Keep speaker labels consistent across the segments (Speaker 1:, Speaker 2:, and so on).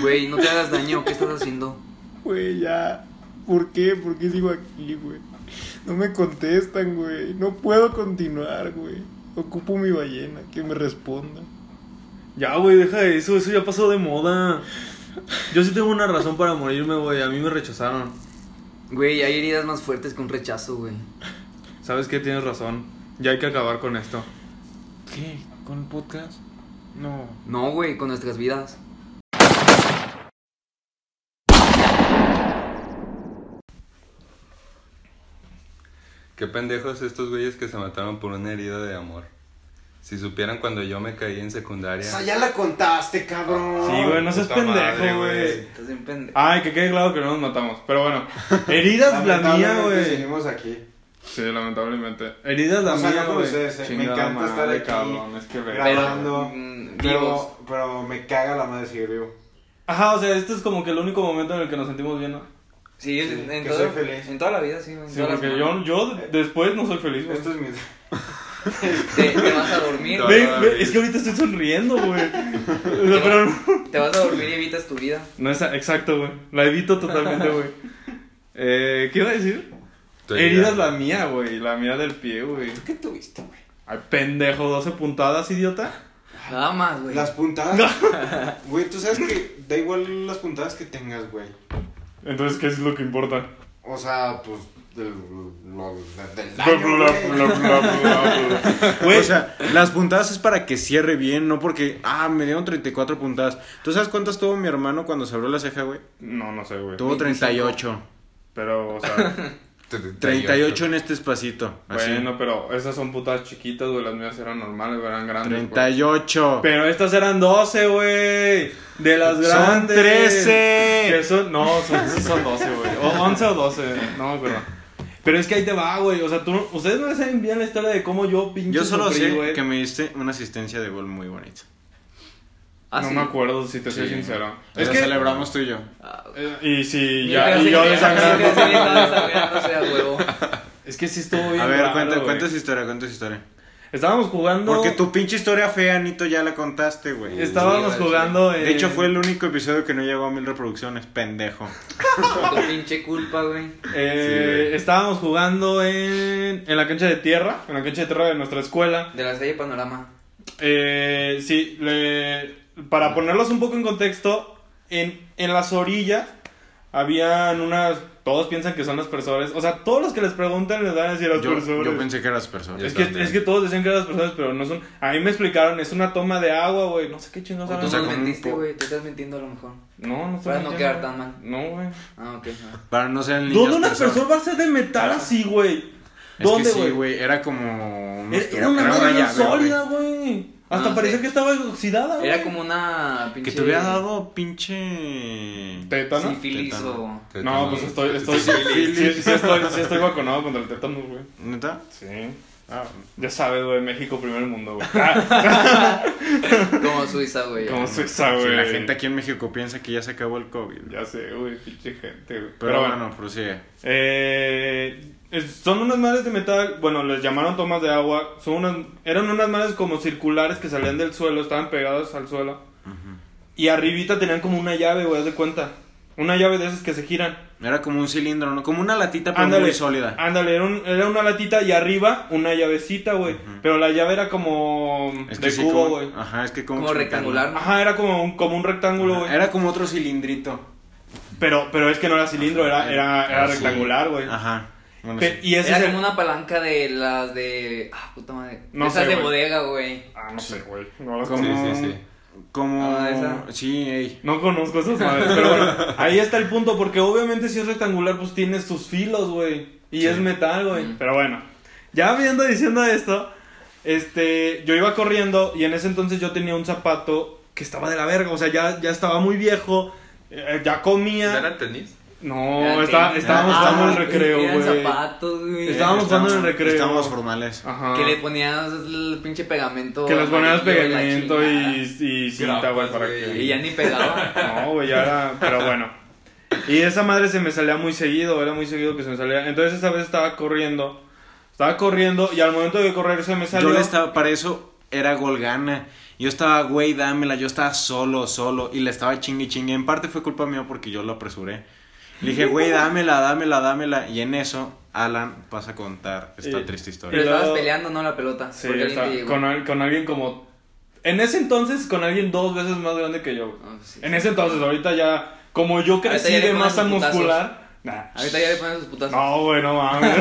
Speaker 1: Güey, no te hagas daño, ¿qué estás haciendo?
Speaker 2: Güey, ya. ¿Por qué? ¿Por qué sigo aquí, güey? No me contestan, güey. No puedo continuar, güey. Ocupo mi ballena, que me responda.
Speaker 3: Ya, güey, deja eso, eso ya pasó de moda. Yo sí tengo una razón para morirme, güey. A mí me rechazaron.
Speaker 1: Güey, hay heridas más fuertes que un rechazo, güey.
Speaker 3: ¿Sabes qué? Tienes razón. Ya hay que acabar con esto.
Speaker 2: ¿Qué? ¿Con el podcast? No.
Speaker 1: No, güey, con nuestras vidas.
Speaker 4: Qué pendejos estos güeyes que se mataron por una herida de amor. Si supieran cuando yo me caí en secundaria.
Speaker 5: O sea, ya la contaste, cabrón.
Speaker 3: Sí, güey, no seas
Speaker 4: puta madre,
Speaker 3: pendejo,
Speaker 4: güey.
Speaker 3: güey.
Speaker 1: Estás bien pendejo.
Speaker 3: Ay, que quede claro que no nos matamos. Pero bueno, heridas la mía,
Speaker 5: Lamentablemente
Speaker 3: güey.
Speaker 5: Seguimos aquí.
Speaker 3: Sí, lamentablemente. Heridas la
Speaker 5: O sea,
Speaker 3: mía,
Speaker 5: yo con
Speaker 3: güey.
Speaker 5: ustedes, eh. Me
Speaker 3: Chingada
Speaker 5: encanta estar
Speaker 3: madre,
Speaker 5: aquí.
Speaker 3: cabrón, es que verga.
Speaker 5: Grabando.
Speaker 1: mm, vivos.
Speaker 5: Pero, pero me caga la madre seguir vivo.
Speaker 3: Ajá, o sea, este es como que el único momento en el que nos sentimos bien, ¿no?
Speaker 1: Sí,
Speaker 5: Sí,
Speaker 1: en, en
Speaker 5: que
Speaker 1: todo-
Speaker 5: soy feliz.
Speaker 1: en toda la vida, sí, güey. en
Speaker 3: Sí,
Speaker 1: todas las
Speaker 3: porque
Speaker 1: manos.
Speaker 3: yo, yo después no soy feliz, güey.
Speaker 5: Esto es mi.
Speaker 1: Te, te vas a dormir,
Speaker 4: No.
Speaker 3: Ve, ve, es que ahorita estoy sonriendo, güey. O sea, pero no.
Speaker 1: te vas a dormir y evitas tu vida.
Speaker 3: No es exacto, güey. La evito totalmente, güey. Eh, ¿Qué iba a decir?
Speaker 4: Tu herida.
Speaker 3: Heridas la mía, güey. La mía del pie, güey.
Speaker 5: ¿Qué tuviste, güey?
Speaker 3: Ay, pendejo, 12 puntadas, idiota.
Speaker 1: Nada más, güey.
Speaker 5: Las puntadas. Güey, tú sabes que da igual las puntadas que tengas, güey.
Speaker 3: Entonces, ¿qué es lo que importa?
Speaker 5: O sea, pues. Del, lo- de- del
Speaker 3: Bla,
Speaker 5: daño,
Speaker 3: bla,
Speaker 5: güey.
Speaker 3: bla, bla, bla, bla. Güey,
Speaker 2: O sea, las puntadas es para que cierre bien, no porque, ah, me dieron 34 puntadas. ¿Tú sabes cuántas tuvo mi hermano cuando se abrió la ceja, güey?
Speaker 3: no, no sé, güey.
Speaker 2: Tuvo 38.
Speaker 3: Pero, o sea,
Speaker 2: 38 en este espacito. Así.
Speaker 3: bueno, pero esas son putas chiquitas, güey. Las mías eran normales, eran grandes. güey.
Speaker 2: 38.
Speaker 3: pues, Pero estas eran 12, güey. De las
Speaker 2: Son
Speaker 3: grandes.
Speaker 2: 13.
Speaker 3: Que son- no, son, son 12, güey. O 11 o 12. No, pero. Pero es que ahí te va, güey. O sea, tú, no- ustedes no saben bien la historia de cómo yo pinche
Speaker 2: Yo solo
Speaker 3: sufrí,
Speaker 2: sé
Speaker 3: güey.
Speaker 2: que me diste una asistencia de gol muy bonita.
Speaker 1: Ah,
Speaker 3: no
Speaker 1: sí.
Speaker 3: me acuerdo, si te soy
Speaker 2: Sí.
Speaker 3: sincero.
Speaker 2: Es que celebramos tú y yo.
Speaker 1: Ah, güey.
Speaker 3: Eh, Y si
Speaker 1: Ni
Speaker 3: ya,
Speaker 1: pedo,
Speaker 3: y
Speaker 1: sí, ya,
Speaker 3: yo
Speaker 1: sí, ya, sí,
Speaker 3: desangrándose.
Speaker 1: estaba desangrándose a huevo.
Speaker 3: Es que sí estuvo bien.
Speaker 2: A ver,
Speaker 3: raro,
Speaker 2: cuenta,
Speaker 3: güey.
Speaker 2: cuenta esa historia, cuenta esa historia.
Speaker 3: Estábamos jugando.
Speaker 2: Porque tu pinche historia fea, Anito, ya la contaste, güey.
Speaker 3: Estábamos
Speaker 1: Sí, güey,
Speaker 3: jugando.
Speaker 2: De
Speaker 3: en-
Speaker 2: hecho, fue el único episodio que no llegó a mil reproducciones, pendejo.
Speaker 1: Por tu pinche culpa, güey.
Speaker 3: eh,
Speaker 4: Sí, güey.
Speaker 3: estábamos jugando en, en la cancha de tierra, en la cancha de tierra de nuestra escuela.
Speaker 1: De la serie Panorama.
Speaker 3: Eh, sí, le- para ponerlos un poco en contexto, en, en las orillas habían unas... Todos piensan que son aspersores. O sea, todos los que les preguntan les van a decir
Speaker 2: Yo,
Speaker 3: aspersores.
Speaker 2: yo pensé que eras persona.
Speaker 3: es, que,
Speaker 4: también.
Speaker 3: es que todos decían que eran aspersores, pero no son... A mí me explicaron, es una toma de agua, güey. No sé qué chingados
Speaker 1: O tú
Speaker 3: hablan.
Speaker 2: sea,
Speaker 1: nos
Speaker 2: como un
Speaker 1: mentiste,
Speaker 2: po-
Speaker 1: güey. Te estás mintiendo a lo mejor.
Speaker 3: No, no estoy
Speaker 1: Para no
Speaker 3: mintiendo.
Speaker 1: quedar tan mal.
Speaker 3: No, güey.
Speaker 1: Ah, ok. ah.
Speaker 2: Para no ser niños
Speaker 3: ¿Dónde un
Speaker 2: personas.
Speaker 3: aspersor va a ser de metal así, güey?
Speaker 2: Es que
Speaker 3: ¿Dónde,
Speaker 2: sí,
Speaker 3: güey?
Speaker 2: güey, era como... unos
Speaker 3: Era- era una
Speaker 2: tro-
Speaker 3: madre bien
Speaker 2: llave, güey.
Speaker 3: sólida, güey. Hasta
Speaker 1: No,
Speaker 3: parecía
Speaker 1: sí.
Speaker 3: que estaba oxidada, güey.
Speaker 1: Era como una pinche.
Speaker 2: Que te hubiera dado pinche...
Speaker 3: Tétano.
Speaker 1: Sífilis
Speaker 2: Tétano.
Speaker 1: o.
Speaker 3: No, pues estoy, estoy, sí, sí, sí estoy, sí estoy guaconado contra el tétano, güey.
Speaker 2: ¿Neta?
Speaker 3: Sí.
Speaker 2: Ah,
Speaker 3: Ya sabes, güey, México, primer mundo, güey. Ah,
Speaker 1: Como Suiza, güey.
Speaker 3: Como Suiza,
Speaker 2: si
Speaker 3: güey.
Speaker 2: la gente aquí en México piensa que ya se acabó el COVID.
Speaker 3: Ya sé, güey, pinche gente, güey. Pero,
Speaker 2: Pero,
Speaker 3: bueno.
Speaker 2: bueno, prosigue.
Speaker 3: Eh, es- son unas madres de metal, bueno, les llamaron tomas de agua. Son unas, eran unas madres como circulares que salían del suelo, estaban pegadas al suelo. Y arribita tenían como una llave, güey, haz de cuenta. Una llave de esas que se giran.
Speaker 2: Era como un cilindro, ¿no? Como una latita, pero
Speaker 3: Ándale, Ah,
Speaker 2: muy sólida.
Speaker 3: Ándale, era, un- era una latita y arriba una llavecita, güey. Pero la llave era como de
Speaker 2: sí,
Speaker 3: cubo,
Speaker 2: como-
Speaker 3: güey.
Speaker 2: Ajá, es que como...
Speaker 1: Como rectangular.
Speaker 3: Ajá, era como un, como un rectángulo,
Speaker 2: Ajá,
Speaker 3: güey.
Speaker 2: Era como otro cilindrito.
Speaker 3: Pero, pero es que no era cilindro, era, era, era
Speaker 4: Ah, sí.
Speaker 3: rectangular, güey.
Speaker 2: Ajá. Bueno,
Speaker 3: Pe-
Speaker 2: sí.
Speaker 3: Y ese
Speaker 1: Era
Speaker 3: es el-
Speaker 1: como una palanca de las de. Ah, puta madre.
Speaker 3: No
Speaker 1: Esas
Speaker 3: sé,
Speaker 1: de
Speaker 3: güey.
Speaker 1: bodega, güey.
Speaker 3: Ah, no sé, güey. No las
Speaker 2: Como...
Speaker 3: conozco.
Speaker 4: Sí, sí, sí.
Speaker 2: Como...
Speaker 1: Ah, esa.
Speaker 2: Sí, ey.
Speaker 3: No conozco esas madres. Pero bueno, ahí está el punto, porque obviamente si es rectangular, pues tiene sus filos, güey. Y es metal, güey.
Speaker 1: Mm.
Speaker 3: Pero bueno, ya viendo diciendo esto, este, yo iba corriendo y en ese entonces yo tenía un zapato que estaba de la verga. O sea, ya, ya estaba muy viejo, eh, ya comía.
Speaker 4: ¿Eran tenis?
Speaker 3: No,
Speaker 1: Era
Speaker 3: está-
Speaker 1: tenis.
Speaker 3: estábamos
Speaker 1: Ah,
Speaker 3: jugando en el
Speaker 1: güey,
Speaker 3: recreo,
Speaker 1: Eran
Speaker 3: güey.
Speaker 1: zapatos, güey.
Speaker 3: Estábamos jugando en el recreo. Ah,
Speaker 2: Estábamos formales.
Speaker 3: Ajá.
Speaker 1: Que le ponías el pinche pegamento.
Speaker 3: Que les ponías
Speaker 1: amarillo la
Speaker 3: pegamento
Speaker 1: chingada.
Speaker 3: y, y cinta, güey,
Speaker 4: Grapas,
Speaker 3: para
Speaker 4: güey.
Speaker 3: que...
Speaker 1: Y ya ni pegaba.
Speaker 3: No, güey, ya era... Pero bueno. Y esa madre se me salía muy seguido, era muy seguido que se me salía. Entonces esa vez estaba corriendo, Estaba corriendo y al momento de correr se me salió.
Speaker 6: Yo le estaba, para eso era Golgana. Yo estaba, güey, dámela. Yo estaba solo, solo. Y le estaba chingue, chingue. En parte fue culpa mía porque yo lo apresuré. Le dije, güey, dámela, dámela, dámela. Y en eso, Alan pasa a contar esta
Speaker 3: Eh,
Speaker 1: Pero
Speaker 6: triste historia.
Speaker 3: eh, luego-
Speaker 1: estabas peleando, no la pelota.
Speaker 3: Sí,
Speaker 1: porque alguien
Speaker 3: estaba-
Speaker 1: te llegó.
Speaker 3: con, al- con alguien como. En ese entonces, con alguien dos veces más grande que yo. güey.
Speaker 1: Ah, sí.
Speaker 3: En ese entonces, ahorita ya. Como yo
Speaker 1: Ahorita
Speaker 3: crecí
Speaker 1: ya le
Speaker 3: de
Speaker 1: ponen
Speaker 3: masa
Speaker 1: los putazos.
Speaker 3: muscular. Nah.
Speaker 1: Ahorita ya le ponen sus putas.
Speaker 3: No, güey, no mames.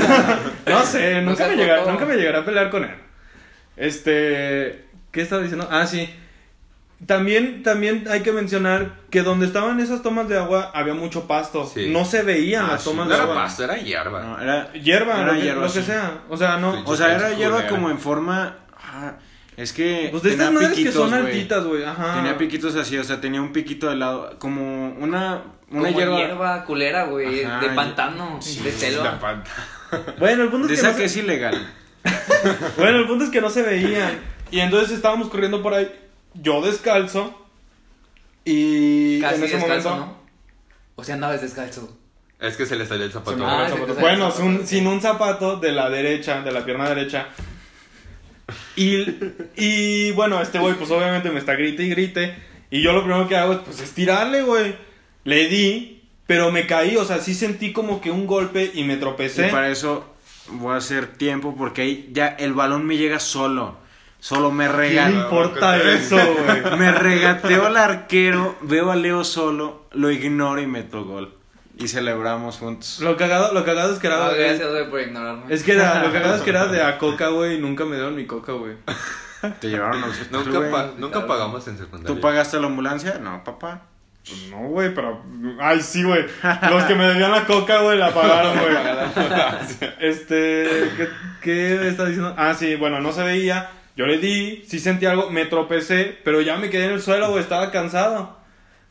Speaker 3: no sé,
Speaker 1: No
Speaker 3: nunca,
Speaker 1: seas
Speaker 3: me llegará,
Speaker 1: joto.
Speaker 3: nunca me llegará a pelear con él. Este. ¿Qué estaba diciendo? Ah, sí. También, también hay que mencionar que donde estaban esas tomas de agua había mucho pasto.
Speaker 4: Sí.
Speaker 3: No se veían
Speaker 6: Ah,
Speaker 3: las
Speaker 6: sí,
Speaker 3: tomas
Speaker 4: No
Speaker 3: de
Speaker 4: era
Speaker 3: agua.
Speaker 4: pasto, era hierba.
Speaker 6: No, era,
Speaker 3: Hierba,
Speaker 6: era
Speaker 3: lo que,
Speaker 6: hierba,
Speaker 3: lo que
Speaker 6: sí.
Speaker 3: sea. O sea, no.
Speaker 4: Sí.
Speaker 6: O sea, era
Speaker 4: Culera.
Speaker 6: hierba como en forma. ah, es que.
Speaker 3: Pues de estas
Speaker 6: tenía
Speaker 3: madres que son
Speaker 6: piquitos, güey.
Speaker 3: altitas, güey. Ajá.
Speaker 6: Tenía piquitos así, o sea, tenía un piquito de lado. Como una,
Speaker 1: Como
Speaker 6: una hierba.
Speaker 1: culera, güey.
Speaker 6: Ajá,
Speaker 1: De
Speaker 6: y-
Speaker 1: pantano, de
Speaker 4: La
Speaker 1: selva.
Speaker 4: pata.
Speaker 3: Bueno, el punto
Speaker 6: De
Speaker 3: es que no
Speaker 6: esa
Speaker 3: se-
Speaker 6: que es ilegal.
Speaker 3: Bueno, el punto es que no se veían. Y entonces estábamos corriendo por ahí, yo descalzo. Y
Speaker 1: Casi
Speaker 3: en ese
Speaker 1: descalzo,
Speaker 3: momento.
Speaker 1: ¿no? O sea, andabas descalzo.
Speaker 4: Es que se le salió el zapato.
Speaker 3: se me
Speaker 1: Ah,
Speaker 3: fue el
Speaker 1: ese
Speaker 3: zapato.
Speaker 1: que-
Speaker 3: Bueno, sin, sin un zapato de la derecha, de la pierna derecha. Y, y bueno, este güey, pues obviamente me está grite y grite. Y yo lo primero que hago es, pues estirarle, güey. Le di, pero me caí, o sea, sí sentí como que un golpe y me tropecé.
Speaker 6: Y para eso voy a hacer tiempo porque ahí ya el balón me llega solo. Solo me
Speaker 3: ¿Qué
Speaker 6: regaló.
Speaker 3: importa eso, güey?
Speaker 6: Me regateó el arquero, veo a Leo solo, lo ignoro y meto gol. Y celebramos juntos.
Speaker 3: Lo cagado, lo cagado es que era.
Speaker 1: Ah, gracias, güey, por ignorarme.
Speaker 3: Es que era, lo cagado es que era de a coca, güey, y nunca me dieron mi coca, güey.
Speaker 6: Te llevaron al hospital,
Speaker 4: Nunca,
Speaker 6: güey.
Speaker 4: pa- nunca
Speaker 1: Claro.
Speaker 4: pagamos en secundaria.
Speaker 6: ¿Tú pagaste la ambulancia? No, papá.
Speaker 3: Pues no, güey, pero. Ay, sí, güey. Los que me debían la coca, güey, la pagaron, güey. este. ¿qué, ¿Qué está diciendo? Ah, sí, bueno, no se veía. Yo le di, sí sentí algo, me tropecé, pero ya me quedé en el suelo, güey, estaba cansado.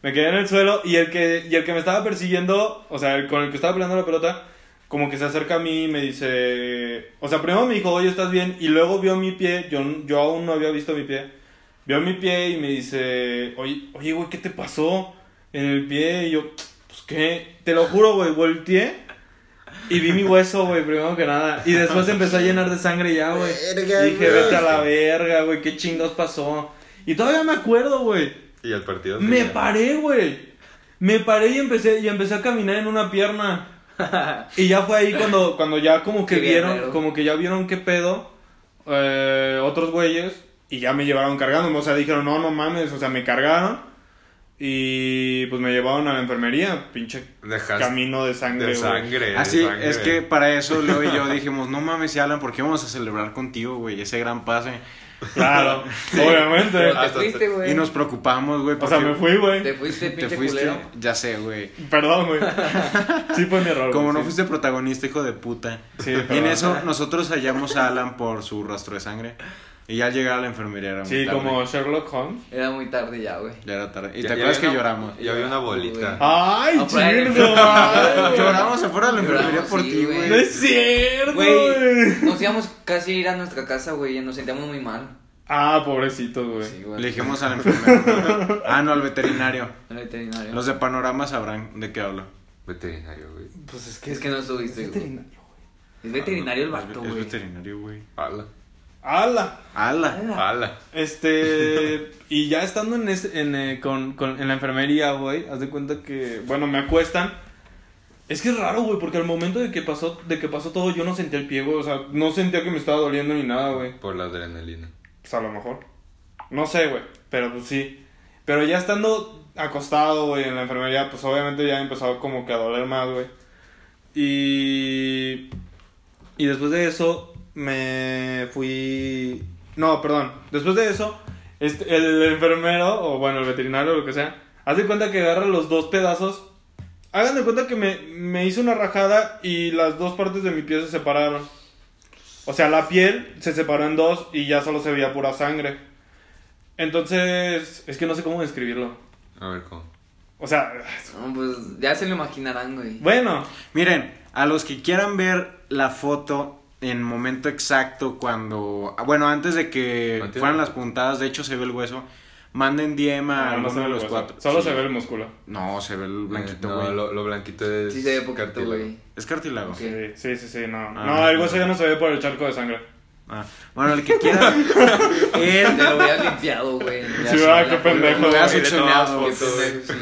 Speaker 3: Me quedé en el suelo y el que, y el que me estaba persiguiendo, o sea, el con el que estaba peleando la pelota, como que se acerca a mí y me dice. O sea, primero me dijo, oye, ¿estás bien? Y luego vio mi pie, yo, yo aún no había visto mi pie. Vio mi pie y me dice, oye, oye, güey, ¿qué te pasó en el pie? Y yo, pues qué, te lo juro, güey, volteé y vi mi hueso, güey, primero que nada. Y después se empezó a llenar de sangre ya, güey.
Speaker 6: Verga,
Speaker 3: Y dije,
Speaker 6: güey.
Speaker 3: vete a la verga, güey, qué chingados pasó. Y todavía me acuerdo, güey.
Speaker 4: Y el partido.
Speaker 3: Me
Speaker 4: seguía.
Speaker 3: paré, güey. Me paré y empecé, y empecé a caminar en una pierna. Y ya fue ahí cuando, cuando ya como que
Speaker 1: Qué
Speaker 3: vieron,
Speaker 1: guerrero.
Speaker 3: como que ya vieron qué pedo. eh, otros güeyes. Y ya me llevaron cargándome. O sea, dijeron, no, no mames. O sea, me cargaron. Y pues me llevaron a la enfermería. Pinche
Speaker 4: Dejaste
Speaker 3: camino de sangre,
Speaker 4: de
Speaker 3: güey.
Speaker 4: sangre.
Speaker 6: Así
Speaker 4: de sangre.
Speaker 6: Ah, es que para eso Leo y yo dijimos, no mames, y Alan, ¿por qué vamos a celebrar contigo, güey? Ese gran pase.
Speaker 3: Claro, obviamente.
Speaker 1: Pero te fuiste, güey.
Speaker 6: Y nos preocupamos, güey.
Speaker 3: O sea,
Speaker 6: porque
Speaker 3: me fui,
Speaker 1: Te
Speaker 3: güey.
Speaker 1: fuiste,
Speaker 6: Te
Speaker 1: pinche
Speaker 6: fuiste.
Speaker 1: culero.
Speaker 6: Ya sé, güey.
Speaker 3: Perdón, güey. Sí fue mi error.
Speaker 6: Como
Speaker 3: güey,
Speaker 6: no
Speaker 3: sí.
Speaker 6: fuiste protagonista, hijo de puta.
Speaker 3: Sí,
Speaker 6: Y en
Speaker 3: perdón.
Speaker 6: eso nosotros hallamos a Alan por su rastro de sangre. Y ya al llegar a la enfermería era muy
Speaker 3: Sí,
Speaker 6: tarde.
Speaker 3: como Sherlock Holmes.
Speaker 1: Era muy tarde ya, güey.
Speaker 6: Ya era tarde. Y
Speaker 4: Ya-
Speaker 6: te
Speaker 4: ya
Speaker 6: acuerdas que
Speaker 4: había una-
Speaker 6: lloramos.
Speaker 4: Ya había una bolita.
Speaker 3: ¡Ay,
Speaker 1: Afuera.
Speaker 3: chingo!
Speaker 6: Lloramos afuera de la
Speaker 1: Oh, Lloramos,
Speaker 6: enfermería por
Speaker 1: sí,
Speaker 6: ti,
Speaker 1: güey.
Speaker 3: ¡No
Speaker 6: güey.
Speaker 3: es cierto, güey!
Speaker 1: Güey, nos íbamos casi a ir a nuestra casa, güey, y nos sentíamos muy mal.
Speaker 3: Ah, pobrecito, güey.
Speaker 1: Sí,
Speaker 6: Le
Speaker 1: güey.
Speaker 6: dijimos al enfermero. ah, no, al veterinario.
Speaker 1: Al veterinario.
Speaker 6: Los de Panorama sabrán de qué hablo.
Speaker 4: Veterinario, güey.
Speaker 3: Pues es
Speaker 1: Es que no estuviste, güey. Es veterinario el vato,
Speaker 6: Es
Speaker 1: güey.
Speaker 6: veterinario, güey.
Speaker 4: Pala.
Speaker 3: ¡Hala!
Speaker 6: Ala.
Speaker 4: Pala.
Speaker 3: Este. y ya estando en, ese- en, eh, con, con- en la enfermería, güey, haz de cuenta que. Bueno, me acuestan. Es que es raro, güey, porque al momento de que pasó, de que pasó todo, yo no sentía el pie, güey. O sea, no sentía que me estaba doliendo ni nada, güey.
Speaker 4: Por la adrenalina.
Speaker 3: Pues a lo mejor. No sé, güey. Pero pues sí. Pero ya estando acostado, güey, en la enfermería, pues obviamente ya empezó como que a doler más, güey. Y. Y después de eso, me fui. No, perdón. Después de eso, este, el enfermero, o bueno, el veterinario, lo que sea, hace cuenta que agarra los dos pedazos. Hagan de cuenta que me, me hizo una rajada y las dos partes de mi pie se separaron. O sea, la piel se separó en dos y ya solo se veía pura sangre. Entonces, es que no sé cómo describirlo.
Speaker 4: A ver cómo.
Speaker 3: O sea,
Speaker 1: No, pues ya se lo imaginarán, güey.
Speaker 3: bueno,
Speaker 6: Miren, a los que quieran ver la foto en momento exacto cuando... ah, Bueno, antes de que
Speaker 4: Continúa.
Speaker 6: fueran las puntadas, de hecho se ve el hueso. Manden DM a
Speaker 3: Nada más
Speaker 6: alguno
Speaker 3: se
Speaker 6: de
Speaker 3: ve
Speaker 6: los
Speaker 3: el hueso.
Speaker 6: cuatro.
Speaker 3: Solo
Speaker 6: Sí.
Speaker 3: se ve el músculo.
Speaker 6: No, se ve el blanquito,
Speaker 4: Eh, No,
Speaker 6: güey.
Speaker 4: lo, lo blanquito es.
Speaker 1: Sí, se ve poquito,
Speaker 4: cartílago.
Speaker 1: güey.
Speaker 6: Es cartílago.
Speaker 1: Sí.
Speaker 3: Sí, sí, sí, sí, no.
Speaker 6: Ah.
Speaker 3: no, el hueso ya no se ve por el charco de sangre.
Speaker 6: Ah, bueno, el que quiera.
Speaker 1: Te
Speaker 6: él,
Speaker 1: lo hubieras limpiado, güey.
Speaker 3: Sí, va, qué pendejo.
Speaker 6: me hubiera
Speaker 3: güey.
Speaker 6: succionado.
Speaker 1: Qué pendejo, sí,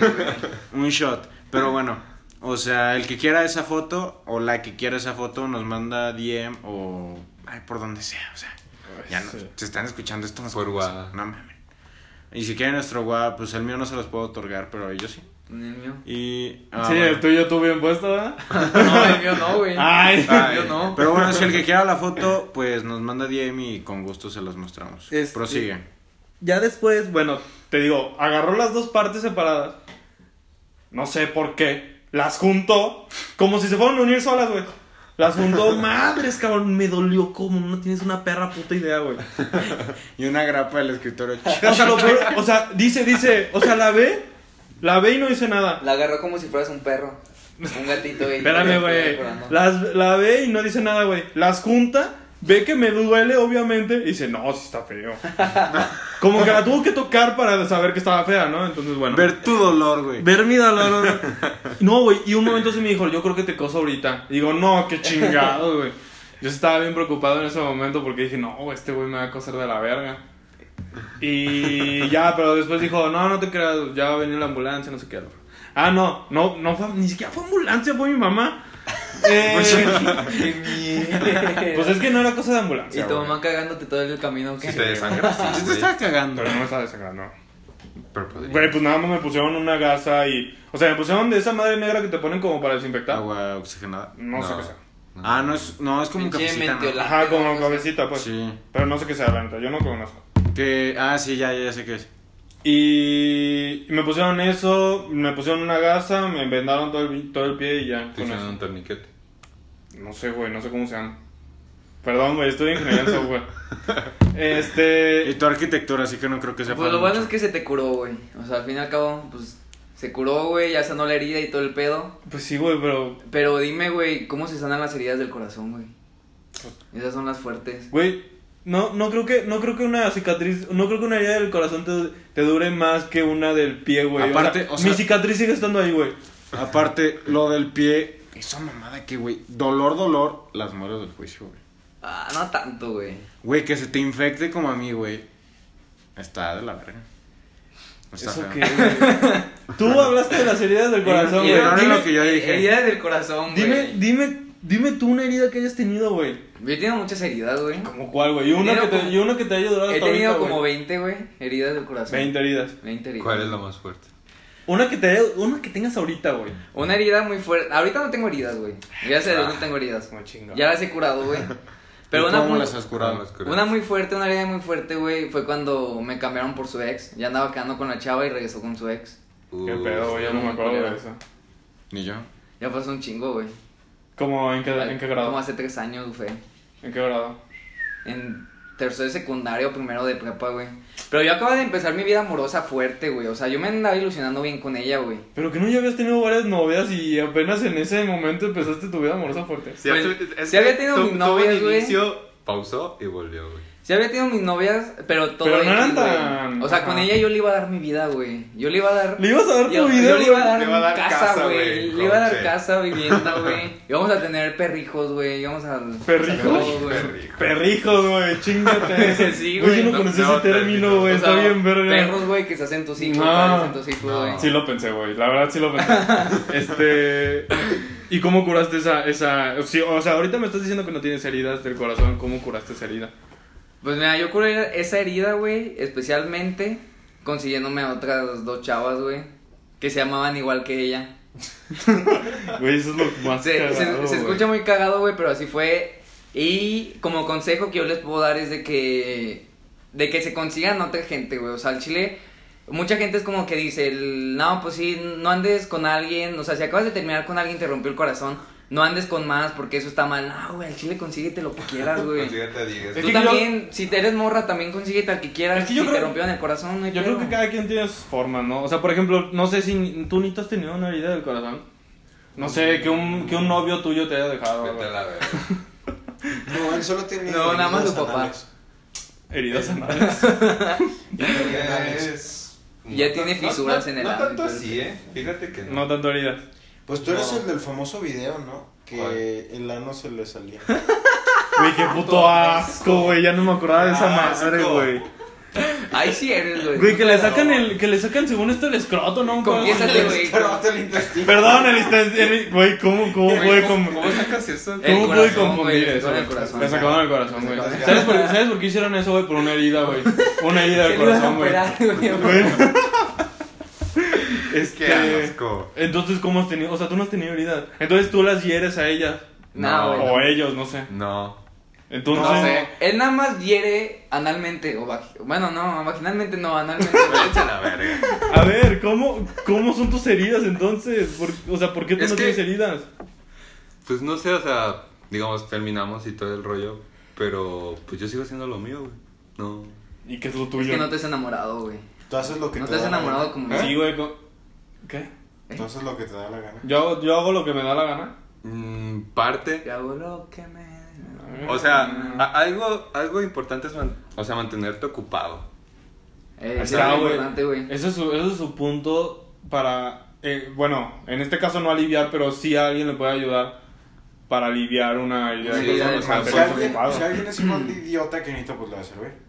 Speaker 1: güey.
Speaker 6: un shot. Pero bueno, o sea, el que quiera esa foto o la que quiera esa foto nos manda DM o. Ay, por donde sea, o sea. Ya no,
Speaker 3: sí.
Speaker 6: se están escuchando esto nos
Speaker 4: Por
Speaker 6: conocen,
Speaker 4: WhatsApp.
Speaker 6: No mames. Y si quieren nuestro WhatsApp, pues el mío no se los puedo otorgar, pero ellos sí.
Speaker 1: El mío.
Speaker 6: Y. ah,
Speaker 3: sí,
Speaker 6: bueno.
Speaker 3: el tuyo tú bien puesto, ¿verdad?
Speaker 1: No, el mío no, güey.
Speaker 3: Ay.
Speaker 1: El mío no.
Speaker 6: Pero bueno, si el que quiera la foto, pues nos manda DM y con gusto se las mostramos.
Speaker 3: Este-
Speaker 6: Prosigue.
Speaker 3: Ya después, bueno, te digo, agarró las dos partes separadas. No sé por qué. Las juntó. Como si se fueran a unir solas, güey. Las juntó. Madres, cabrón. Me dolió como no tienes una perra puta idea, güey.
Speaker 6: Y una grapa del escritorio.
Speaker 3: O sea, lo peor- o sea, dice, dice. O sea, la ve. La ve y no dice nada.
Speaker 1: La agarró como si fueras un perro. Un gatito, güey.
Speaker 3: Espérame, güey. Las- La ve y no dice nada, güey. Las junta, ve que me duele, obviamente, y dice, no, sí está feo. Como que la tuvo que tocar para saber que estaba fea, ¿no? Entonces, bueno.
Speaker 6: Ver tu dolor, güey.
Speaker 3: Ver mi dolor. güey. No, güey. Y un momento sí me dijo, yo creo que te coso ahorita. Y digo, no, qué chingado, güey. Yo estaba bien preocupado en ese momento porque dije, no, güey, este güey me va a coser de la verga. Y ya, pero después dijo, no, no te creas, ya va a venir la ambulancia, no sé qué. Ah, no, no, no fue, ni siquiera fue ambulancia, fue mi mamá. Eh,
Speaker 1: Pues Qué mierda.
Speaker 3: pues es que no era cosa de
Speaker 1: Y
Speaker 3: ambulancia.
Speaker 1: tu
Speaker 3: güey.
Speaker 1: mamá cagándote todo el camino, ¿qué?
Speaker 4: Si te desangras, sí,
Speaker 6: Sí te
Speaker 4: güey.
Speaker 6: estás cagando.
Speaker 3: Pero no me estaba desangrando.
Speaker 4: Pero podría.
Speaker 3: Güey, pues nada más me pusieron una gasa y. O sea, me pusieron de esa madre negra que te ponen como para
Speaker 1: Ah,
Speaker 3: desinfectar.
Speaker 6: Agua oxigenada.
Speaker 3: No, sé
Speaker 4: No.
Speaker 3: qué sea.
Speaker 6: Ah, no es, no, es como
Speaker 1: Pinche
Speaker 6: cafecita, ¿no?
Speaker 1: mentiola.
Speaker 3: Ajá, como cabecita, pues.
Speaker 6: Sí.
Speaker 3: Pero no sé qué sea, la neta, yo no conozco.
Speaker 6: Que, ah, sí, ya, ya, ya sé qué es.
Speaker 3: Y y me pusieron eso, me pusieron una gasa, me vendaron todo el, todo el pie y ya.
Speaker 4: Te
Speaker 3: con
Speaker 4: hicieron un
Speaker 3: eso.
Speaker 4: torniquete.
Speaker 3: No sé, güey, no sé cómo se llama. Perdón, güey, estoy en ingeniería en software. Este.
Speaker 6: Y tu arquitectura, así que no creo que sea
Speaker 1: Pues
Speaker 6: para
Speaker 1: lo bueno
Speaker 6: mucho.
Speaker 1: es que se te curó, güey. O sea, al fin y al cabo, pues se curó, güey, ya sanó la herida y todo el pedo.
Speaker 3: Pues sí, güey, pero.
Speaker 1: Pero dime, güey, ¿cómo se sanan las heridas del corazón, güey? Esas son las fuertes.
Speaker 3: Güey, no, no, creo que, no creo que una cicatriz. No creo que una herida del corazón te, te dure más que una del pie, güey.
Speaker 6: Aparte, o sea-
Speaker 3: Mi cicatriz sigue estando ahí, güey.
Speaker 6: Aparte, lo del pie, esa mamada que, güey, dolor, dolor, las mueres del juicio, güey.
Speaker 1: Ah, no tanto, güey.
Speaker 6: Güey, que se te infecte como a mí, güey. Está de la verga. Está
Speaker 3: Eso
Speaker 6: feo.
Speaker 3: que. güey. Tú hablaste de las heridas del corazón,
Speaker 6: Y
Speaker 3: güey.
Speaker 6: ahora lo que yo
Speaker 1: eh,
Speaker 6: dije.
Speaker 1: Heridas del corazón, güey.
Speaker 3: Dime, dime, dime tú una herida que hayas tenido, güey.
Speaker 1: Yo he tenido muchas heridas, güey.
Speaker 3: ¿Como cuál, güey? Y una,
Speaker 1: He
Speaker 3: que
Speaker 1: tenido
Speaker 3: te,
Speaker 1: como-
Speaker 3: y una que te haya durado
Speaker 1: He
Speaker 3: hasta
Speaker 1: tenido
Speaker 3: ahorita,
Speaker 1: como
Speaker 3: güey.
Speaker 1: 20, güey, heridas del corazón.
Speaker 3: 20 heridas.
Speaker 1: 20 heridas.
Speaker 4: ¿Cuál es la más fuerte?
Speaker 3: Una que, te haya- una que tengas ahorita, güey.
Speaker 1: Una herida muy fuerte. Ahorita no tengo heridas, güey. Ya sé, no tengo heridas.
Speaker 3: Como chinga.
Speaker 1: Ya las he curado, güey. Pero
Speaker 6: ¿Y
Speaker 1: una
Speaker 6: ¿Cómo
Speaker 1: muy-
Speaker 6: las has curado?
Speaker 4: Las
Speaker 1: Una muy fuerte, una herida muy fuerte, güey, fue cuando me cambiaron por su ex. Ya andaba quedando con la chava y regresó con su ex.
Speaker 4: Uh,
Speaker 3: Qué pedo, güey, ya no me acuerdo de eso.
Speaker 6: Ni yo.
Speaker 1: Ya pasó un chingo, güey.
Speaker 3: ¿Cómo? ¿En qué, en qué
Speaker 1: Como
Speaker 3: grado?
Speaker 1: hace tres años, güey.
Speaker 3: ¿En qué grado?
Speaker 1: En tercero de secundario, primero de prepa, güey. Pero yo acabo de empezar mi vida amorosa fuerte, güey. O sea, yo me andaba ilusionando bien con ella, güey.
Speaker 3: Pero que no ya habías tenido varias novias y apenas en ese momento empezaste tu vida amorosa fuerte.
Speaker 4: Sí,
Speaker 1: Pues,
Speaker 4: es- es
Speaker 1: sí
Speaker 4: que
Speaker 1: había tenido
Speaker 4: tu-
Speaker 1: mis
Speaker 4: tuvo
Speaker 1: novias,
Speaker 4: un
Speaker 1: güey.
Speaker 4: inicio, pausó y volvió, güey.
Speaker 1: Sí había tenido mis novias, pero todo
Speaker 3: Pero no
Speaker 1: X,
Speaker 3: eran
Speaker 1: güey.
Speaker 3: tan-
Speaker 1: O sea, con
Speaker 3: Ajá.
Speaker 1: ella yo le iba a dar mi vida, güey. Yo le iba a dar...
Speaker 3: Le ibas a dar
Speaker 1: Yo,
Speaker 3: tu vida,
Speaker 1: yo le iba a
Speaker 3: güey.
Speaker 1: dar,
Speaker 4: Le iba a dar casa,
Speaker 1: casa, güey.
Speaker 4: güey,
Speaker 1: Le iba a dar
Speaker 4: sí.
Speaker 1: casa, vivienda, güey. Íbamos a tener perrijos, güey. Íbamos a.
Speaker 3: ¿Perrijos?
Speaker 1: a todo, güey.
Speaker 4: Perrijo.
Speaker 3: Perrijos, güey, chingate.
Speaker 1: Sí,
Speaker 3: Yo
Speaker 1: güey,
Speaker 3: no,
Speaker 1: no-
Speaker 3: conocí
Speaker 4: no,
Speaker 3: ese término, güey,
Speaker 1: O sea,
Speaker 3: está bien verga.
Speaker 1: Perros, güey, que se hacen tus hijos,
Speaker 3: No.
Speaker 1: padres en tus hijos, güey.
Speaker 3: Sí lo pensé, güey. La verdad sí lo pensé. este. ¿Y cómo curaste esa, esa. sí, o sea, ahorita me estás diciendo que no tienes heridas del corazón. ¿Cómo curaste esa herida?
Speaker 1: Pues mira, yo curé esa herida, güey, especialmente consiguiéndome a otras dos chavas, güey, que se llamaban igual que ella.
Speaker 3: Güey, eso es lo más.
Speaker 1: Se, se-
Speaker 3: cagado,
Speaker 1: se
Speaker 3: güey.
Speaker 1: escucha muy cagado, güey, pero así fue. Y como consejo que yo les puedo dar es de que de que se consigan otra gente, güey. O sea, al chile mucha gente es como que dice, el, "No, pues sí, no andes con alguien, o sea, si acabas de terminar con alguien te rompió el corazón, no andes con más porque eso está mal." No, güey, al chile consíguete lo que quieras, güey.
Speaker 4: Consíguete a Diegues.
Speaker 3: Es
Speaker 1: Tú
Speaker 3: que yo-
Speaker 1: también, si te eres morra, también consíguete al que quieras.
Speaker 3: Es que yo
Speaker 1: si
Speaker 3: creo-
Speaker 1: te rompieron el corazón, no hay
Speaker 3: Yo
Speaker 1: pedo.
Speaker 3: creo que cada quien tiene sus formas, ¿no? O sea, por ejemplo, no sé si ni- tú ni te has tenido una herida del corazón. No sé, que un, que un novio tuyo te haya dejado.
Speaker 4: Vete a
Speaker 3: güey.
Speaker 4: la verga.
Speaker 5: No, él solo tiene.
Speaker 1: No, nada más
Speaker 5: los
Speaker 1: tu papá.
Speaker 5: anales.
Speaker 3: heridas anales.
Speaker 5: Es-
Speaker 1: Ya tiene fisuras en el
Speaker 4: No
Speaker 1: ano y
Speaker 4: tanto
Speaker 1: todo el
Speaker 4: así, ¿eh? Fíjate que
Speaker 3: No
Speaker 4: no.
Speaker 3: tanto heridas.
Speaker 5: Pues tú eres
Speaker 6: No.
Speaker 5: el del famoso video, ¿no? Que
Speaker 4: ¿Cuál?
Speaker 5: el ano se le salía.
Speaker 3: Güey, qué puto asco, güey. Ya no me acordaba de esa madre,
Speaker 5: Asco.
Speaker 3: güey.
Speaker 1: Ahí sí eres, güey.
Speaker 3: Güey, que le sacan el, que le sacan según esto el escroto, ¿no? Un pedo así.
Speaker 1: Confiésate, güey.
Speaker 5: Pero hasta el intestino.
Speaker 3: Perdón, el instante- el- Güey, ¿cómo, cómo puede
Speaker 4: ¿Cómo,
Speaker 3: com-
Speaker 4: ¿Cómo sacas eso?
Speaker 1: El
Speaker 3: cómo puede
Speaker 1: corazón, güey,
Speaker 3: confundir
Speaker 1: le
Speaker 3: eso?
Speaker 1: sacaron el
Speaker 3: güey?
Speaker 1: corazón.
Speaker 3: Le sacaron el corazón, güey.
Speaker 5: sacaron el
Speaker 3: ¿Sabes por, qué- ¿Sabes por qué hicieron eso, güey? Por una herida, güey. Una herida del
Speaker 1: Se lo iban a
Speaker 3: corazón, güey.
Speaker 1: operar, güey.
Speaker 4: Es
Speaker 3: Este,
Speaker 4: que asco.
Speaker 3: Entonces, ¿cómo has tenido? O sea, tú no has tenido heridas. Entonces tú las hieres a ellas.
Speaker 1: No, güey.
Speaker 3: O ellos, no sé.
Speaker 4: No.
Speaker 3: Entonces.
Speaker 1: No sé. Él nada más hiere analmente o vagi- Bueno, no, vaginalmente no, analmente.
Speaker 4: Vete a la verga.
Speaker 3: A ver, ¿cómo, ¿cómo son tus heridas entonces? Por- o sea, ¿por qué tú
Speaker 4: Es
Speaker 3: no
Speaker 4: que-
Speaker 3: tienes heridas?
Speaker 4: Pues no sé, o sea, digamos, terminamos y todo el rollo. Pero pues yo sigo haciendo lo mío, güey. No.
Speaker 3: ¿Y qué es lo
Speaker 1: es
Speaker 3: tuyo?
Speaker 1: que no te has enamorado, güey.
Speaker 5: Tú haces lo que
Speaker 1: No
Speaker 5: te,
Speaker 1: te has
Speaker 5: da la
Speaker 1: enamorado
Speaker 5: gana.
Speaker 1: como
Speaker 3: ¿Eh? Sí, güey. co- ¿Qué?
Speaker 5: Tú haces lo que te da la gana.
Speaker 3: Yo hago, yo hago lo que me da la gana.
Speaker 4: Mm, parte.
Speaker 1: Te hago lo que me. Ah, da.
Speaker 4: O sea, a- algo, algo importante es man- o sea, mantenerte ocupado.
Speaker 1: Eh, sí,
Speaker 3: Está,
Speaker 1: es
Speaker 3: güey.
Speaker 1: importante, güey.
Speaker 3: Ese es su, ese es su punto para. eh, bueno, en este caso no aliviar, pero sí a alguien le puede ayudar para aliviar una herida.
Speaker 1: Sí,
Speaker 3: de
Speaker 1: ya,
Speaker 3: corazón,
Speaker 1: ya,
Speaker 3: mantenerse
Speaker 5: Si alguien,
Speaker 3: ocupado.
Speaker 5: si alguien es un idiota que necesita, pues le va a servir.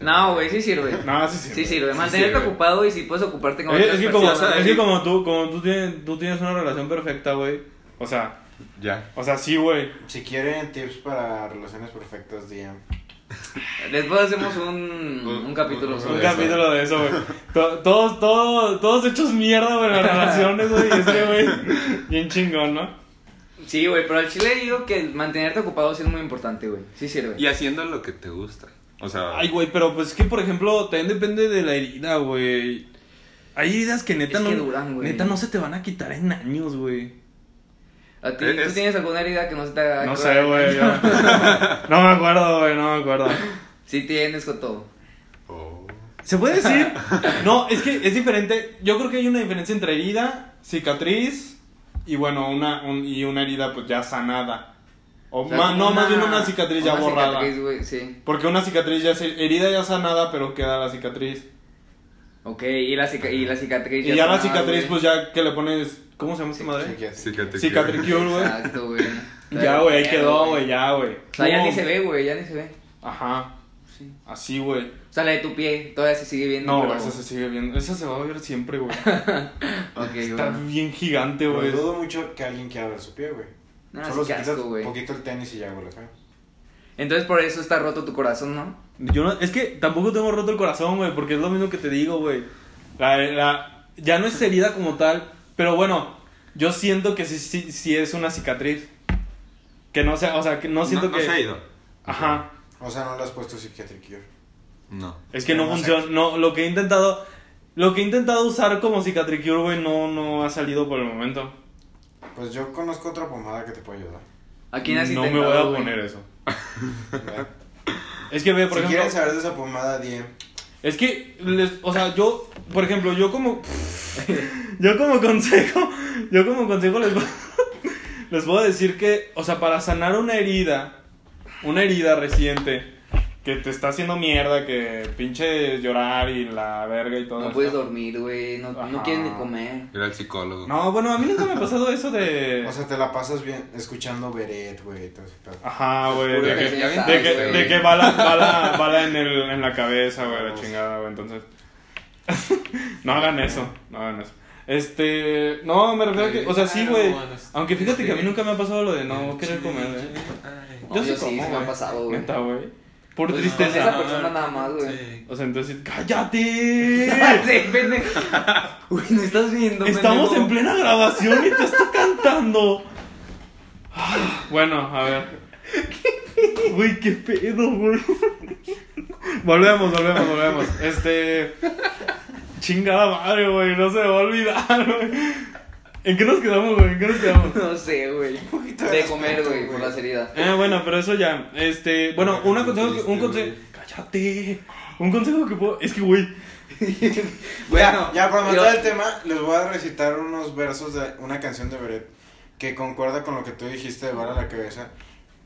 Speaker 1: No, güey, sí sirve.
Speaker 3: No, sí, sí.
Speaker 1: Sí
Speaker 3: güey.
Speaker 1: sirve. Mantenerte
Speaker 4: sirve.
Speaker 1: ocupado y si puedes ocuparte con
Speaker 3: Es,
Speaker 1: otras
Speaker 3: es que como,
Speaker 1: personas.
Speaker 3: es que como tú, como tú tienes, tú tienes una relación perfecta, güey. O sea,
Speaker 4: Ya.
Speaker 3: o sea, sí, güey.
Speaker 5: Si quieren tips para relaciones perfectas, DM.
Speaker 1: Después hacemos un, un capítulo
Speaker 4: un-
Speaker 1: sobre
Speaker 3: Un
Speaker 1: eso.
Speaker 3: capítulo de eso, güey. To- Todos, todos, todos hechos mierda, güey, en las relaciones, güey. y Este, güey, bien chingón, ¿no?
Speaker 1: Sí, güey, pero al chile digo que mantenerte ocupado sí es muy importante, güey. Sí sirve.
Speaker 4: Y haciendo lo que te gusta. O sea,
Speaker 3: Ay, güey, pero pues es que, por ejemplo, también depende de la herida, güey. Hay heridas que neta
Speaker 1: Es
Speaker 3: no.
Speaker 1: que duran, güey.
Speaker 3: neta no se te van a quitar en años, güey.
Speaker 1: ¿A ti,
Speaker 4: Es-
Speaker 1: ¿Tú tienes alguna herida que no se te haga
Speaker 3: No
Speaker 1: curar?
Speaker 3: sé, güey. yo- No me acuerdo, güey, no me acuerdo.
Speaker 1: Sí tienes con todo.
Speaker 4: oh.
Speaker 3: ¿Se puede decir? No, es que es diferente. Yo creo que hay una diferencia entre herida, cicatriz y bueno, una, un- y una herida pues ya sanada. O
Speaker 1: O sea,
Speaker 3: ma-
Speaker 1: como
Speaker 3: no, más bien
Speaker 1: una-
Speaker 3: una cicatriz ya
Speaker 1: una
Speaker 3: borrada.
Speaker 1: cicatriz, güey, sí.
Speaker 3: Porque una cicatriz ya es herida ya sanada, pero queda la cicatriz.
Speaker 1: Ok, y la, cica- y la cicatriz.
Speaker 3: Y ya la
Speaker 1: sanada, güey.
Speaker 3: cicatriz, pues ya que le pones. ¿Cómo se llama esta madre?
Speaker 5: Psiquiatra.
Speaker 4: Sí que te
Speaker 3: Cicatricure, pues, güey.
Speaker 1: Exacto, güey.
Speaker 3: Ya, güey, ahí quedó, güey, ya, güey.
Speaker 1: O sea, ya
Speaker 3: No.
Speaker 1: ni se ve, güey, ya ni se ve.
Speaker 3: Ajá.
Speaker 1: Sí.
Speaker 3: Así, güey.
Speaker 1: O sea, la de tu pie todavía se sigue viendo.
Speaker 3: No,
Speaker 1: pero-
Speaker 3: esa se sigue viendo. Esa se va a ver siempre, güey.
Speaker 1: Ok, güey.
Speaker 3: Está bien gigante,
Speaker 5: Pero
Speaker 3: güey.
Speaker 5: dudo mucho que alguien quiera ver su pie, güey.
Speaker 1: No,
Speaker 5: Solo
Speaker 1: sí,
Speaker 5: se
Speaker 1: qué
Speaker 5: quitas
Speaker 1: asco, güey.
Speaker 5: poquito el tenis y ya, güey, lo acá.
Speaker 1: Entonces por eso está roto tu corazón, ¿no?
Speaker 3: Yo no, es que tampoco tengo roto el corazón, güey, porque es lo mismo que te digo, güey. La, la- ya no es herida como tal, pero bueno, yo siento que sí, sí, sí es una cicatriz. Que no sea, o sea, que no
Speaker 4: No,
Speaker 3: siento
Speaker 4: no
Speaker 3: que...
Speaker 4: se ha ido.
Speaker 3: Ajá.
Speaker 5: O sea, no le has puesto psiquiatricure.
Speaker 4: No.
Speaker 3: Es que no,
Speaker 5: No, no sé.
Speaker 3: funciona, no, lo que he intentado, lo que he intentado usar como cicatricure, güey, no, no ha salido por el momento.
Speaker 5: Pues yo conozco otra pomada que te puede ayudar.
Speaker 1: ¿A quién has
Speaker 3: no me
Speaker 1: intentado,
Speaker 3: voy a
Speaker 1: güey?
Speaker 3: poner eso.
Speaker 5: ¿verdad?
Speaker 3: Es que, ve,
Speaker 5: si
Speaker 3: por ejemplo...
Speaker 5: quieren saber de esa pomada, DM.
Speaker 3: Es que, les- o sea, yo, por ejemplo, yo como. Yo como consejo. Yo como consejo les, puedo- les puedo decir que, o sea, para sanar una herida. Una herida reciente. Que te está haciendo mierda, que pinche llorar y la verga y todo
Speaker 1: No
Speaker 3: esto.
Speaker 1: puedes dormir, güey. No, no
Speaker 3: Ajá.
Speaker 1: quieres ni comer.
Speaker 4: Era el psicólogo.
Speaker 3: No, bueno, a mí nunca me ha pasado eso de.
Speaker 5: O sea, te la pasas bien escuchando Beret, güey, y todo ese pedo.
Speaker 3: Ajá, güey. De
Speaker 1: Puro
Speaker 3: que,
Speaker 1: ya
Speaker 3: de que,
Speaker 1: sabes,
Speaker 3: de
Speaker 1: güey.
Speaker 3: que bala, bala, bala en, el, en la cabeza, güey, la chingada, güey. Entonces, no hagan eso, no hagan eso. Este, no, me refiero a que, o sea, sí, güey. Aunque fíjate que a mí nunca me ha pasado lo de no querer comer, ¿eh? güey.
Speaker 1: No, yo sí, sí me ha
Speaker 3: güey.
Speaker 1: pasado, güey.
Speaker 3: Neta, güey. Por
Speaker 1: Pues, con
Speaker 3: tristeza.
Speaker 1: esa persona nada más, güey.
Speaker 3: O sea, entonces, cállate.
Speaker 1: Sí, pendejo. Uy, no estás viendo,
Speaker 3: Estamos
Speaker 1: pendejo?
Speaker 3: en plena grabación y te está cantando. Ah, Bueno, a ver. Uy, qué pedo, güey. Volvemos, volvemos, volvemos. Este. Chingada madre, güey. No se me va a olvidar, güey. ¿En qué nos quedamos, güey? ¿En qué nos quedamos?
Speaker 1: No sé, güey.
Speaker 5: poquito de
Speaker 1: De
Speaker 5: respeto,
Speaker 1: comer, güey,
Speaker 5: güey.
Speaker 1: por las heridas.
Speaker 3: Ah, bueno, pero eso ya. Este. Bueno,
Speaker 4: Qué
Speaker 3: una consejo.
Speaker 4: triste,
Speaker 3: Un consejo.
Speaker 4: güey.
Speaker 3: Cállate. Un consejo que puedo. Es que, güey.
Speaker 1: Bueno,
Speaker 5: ya, ya para
Speaker 1: yo-
Speaker 5: matar el tema, les voy a recitar unos versos de una canción de Beret que concuerda con lo que tú dijiste de Bala a la cabeza,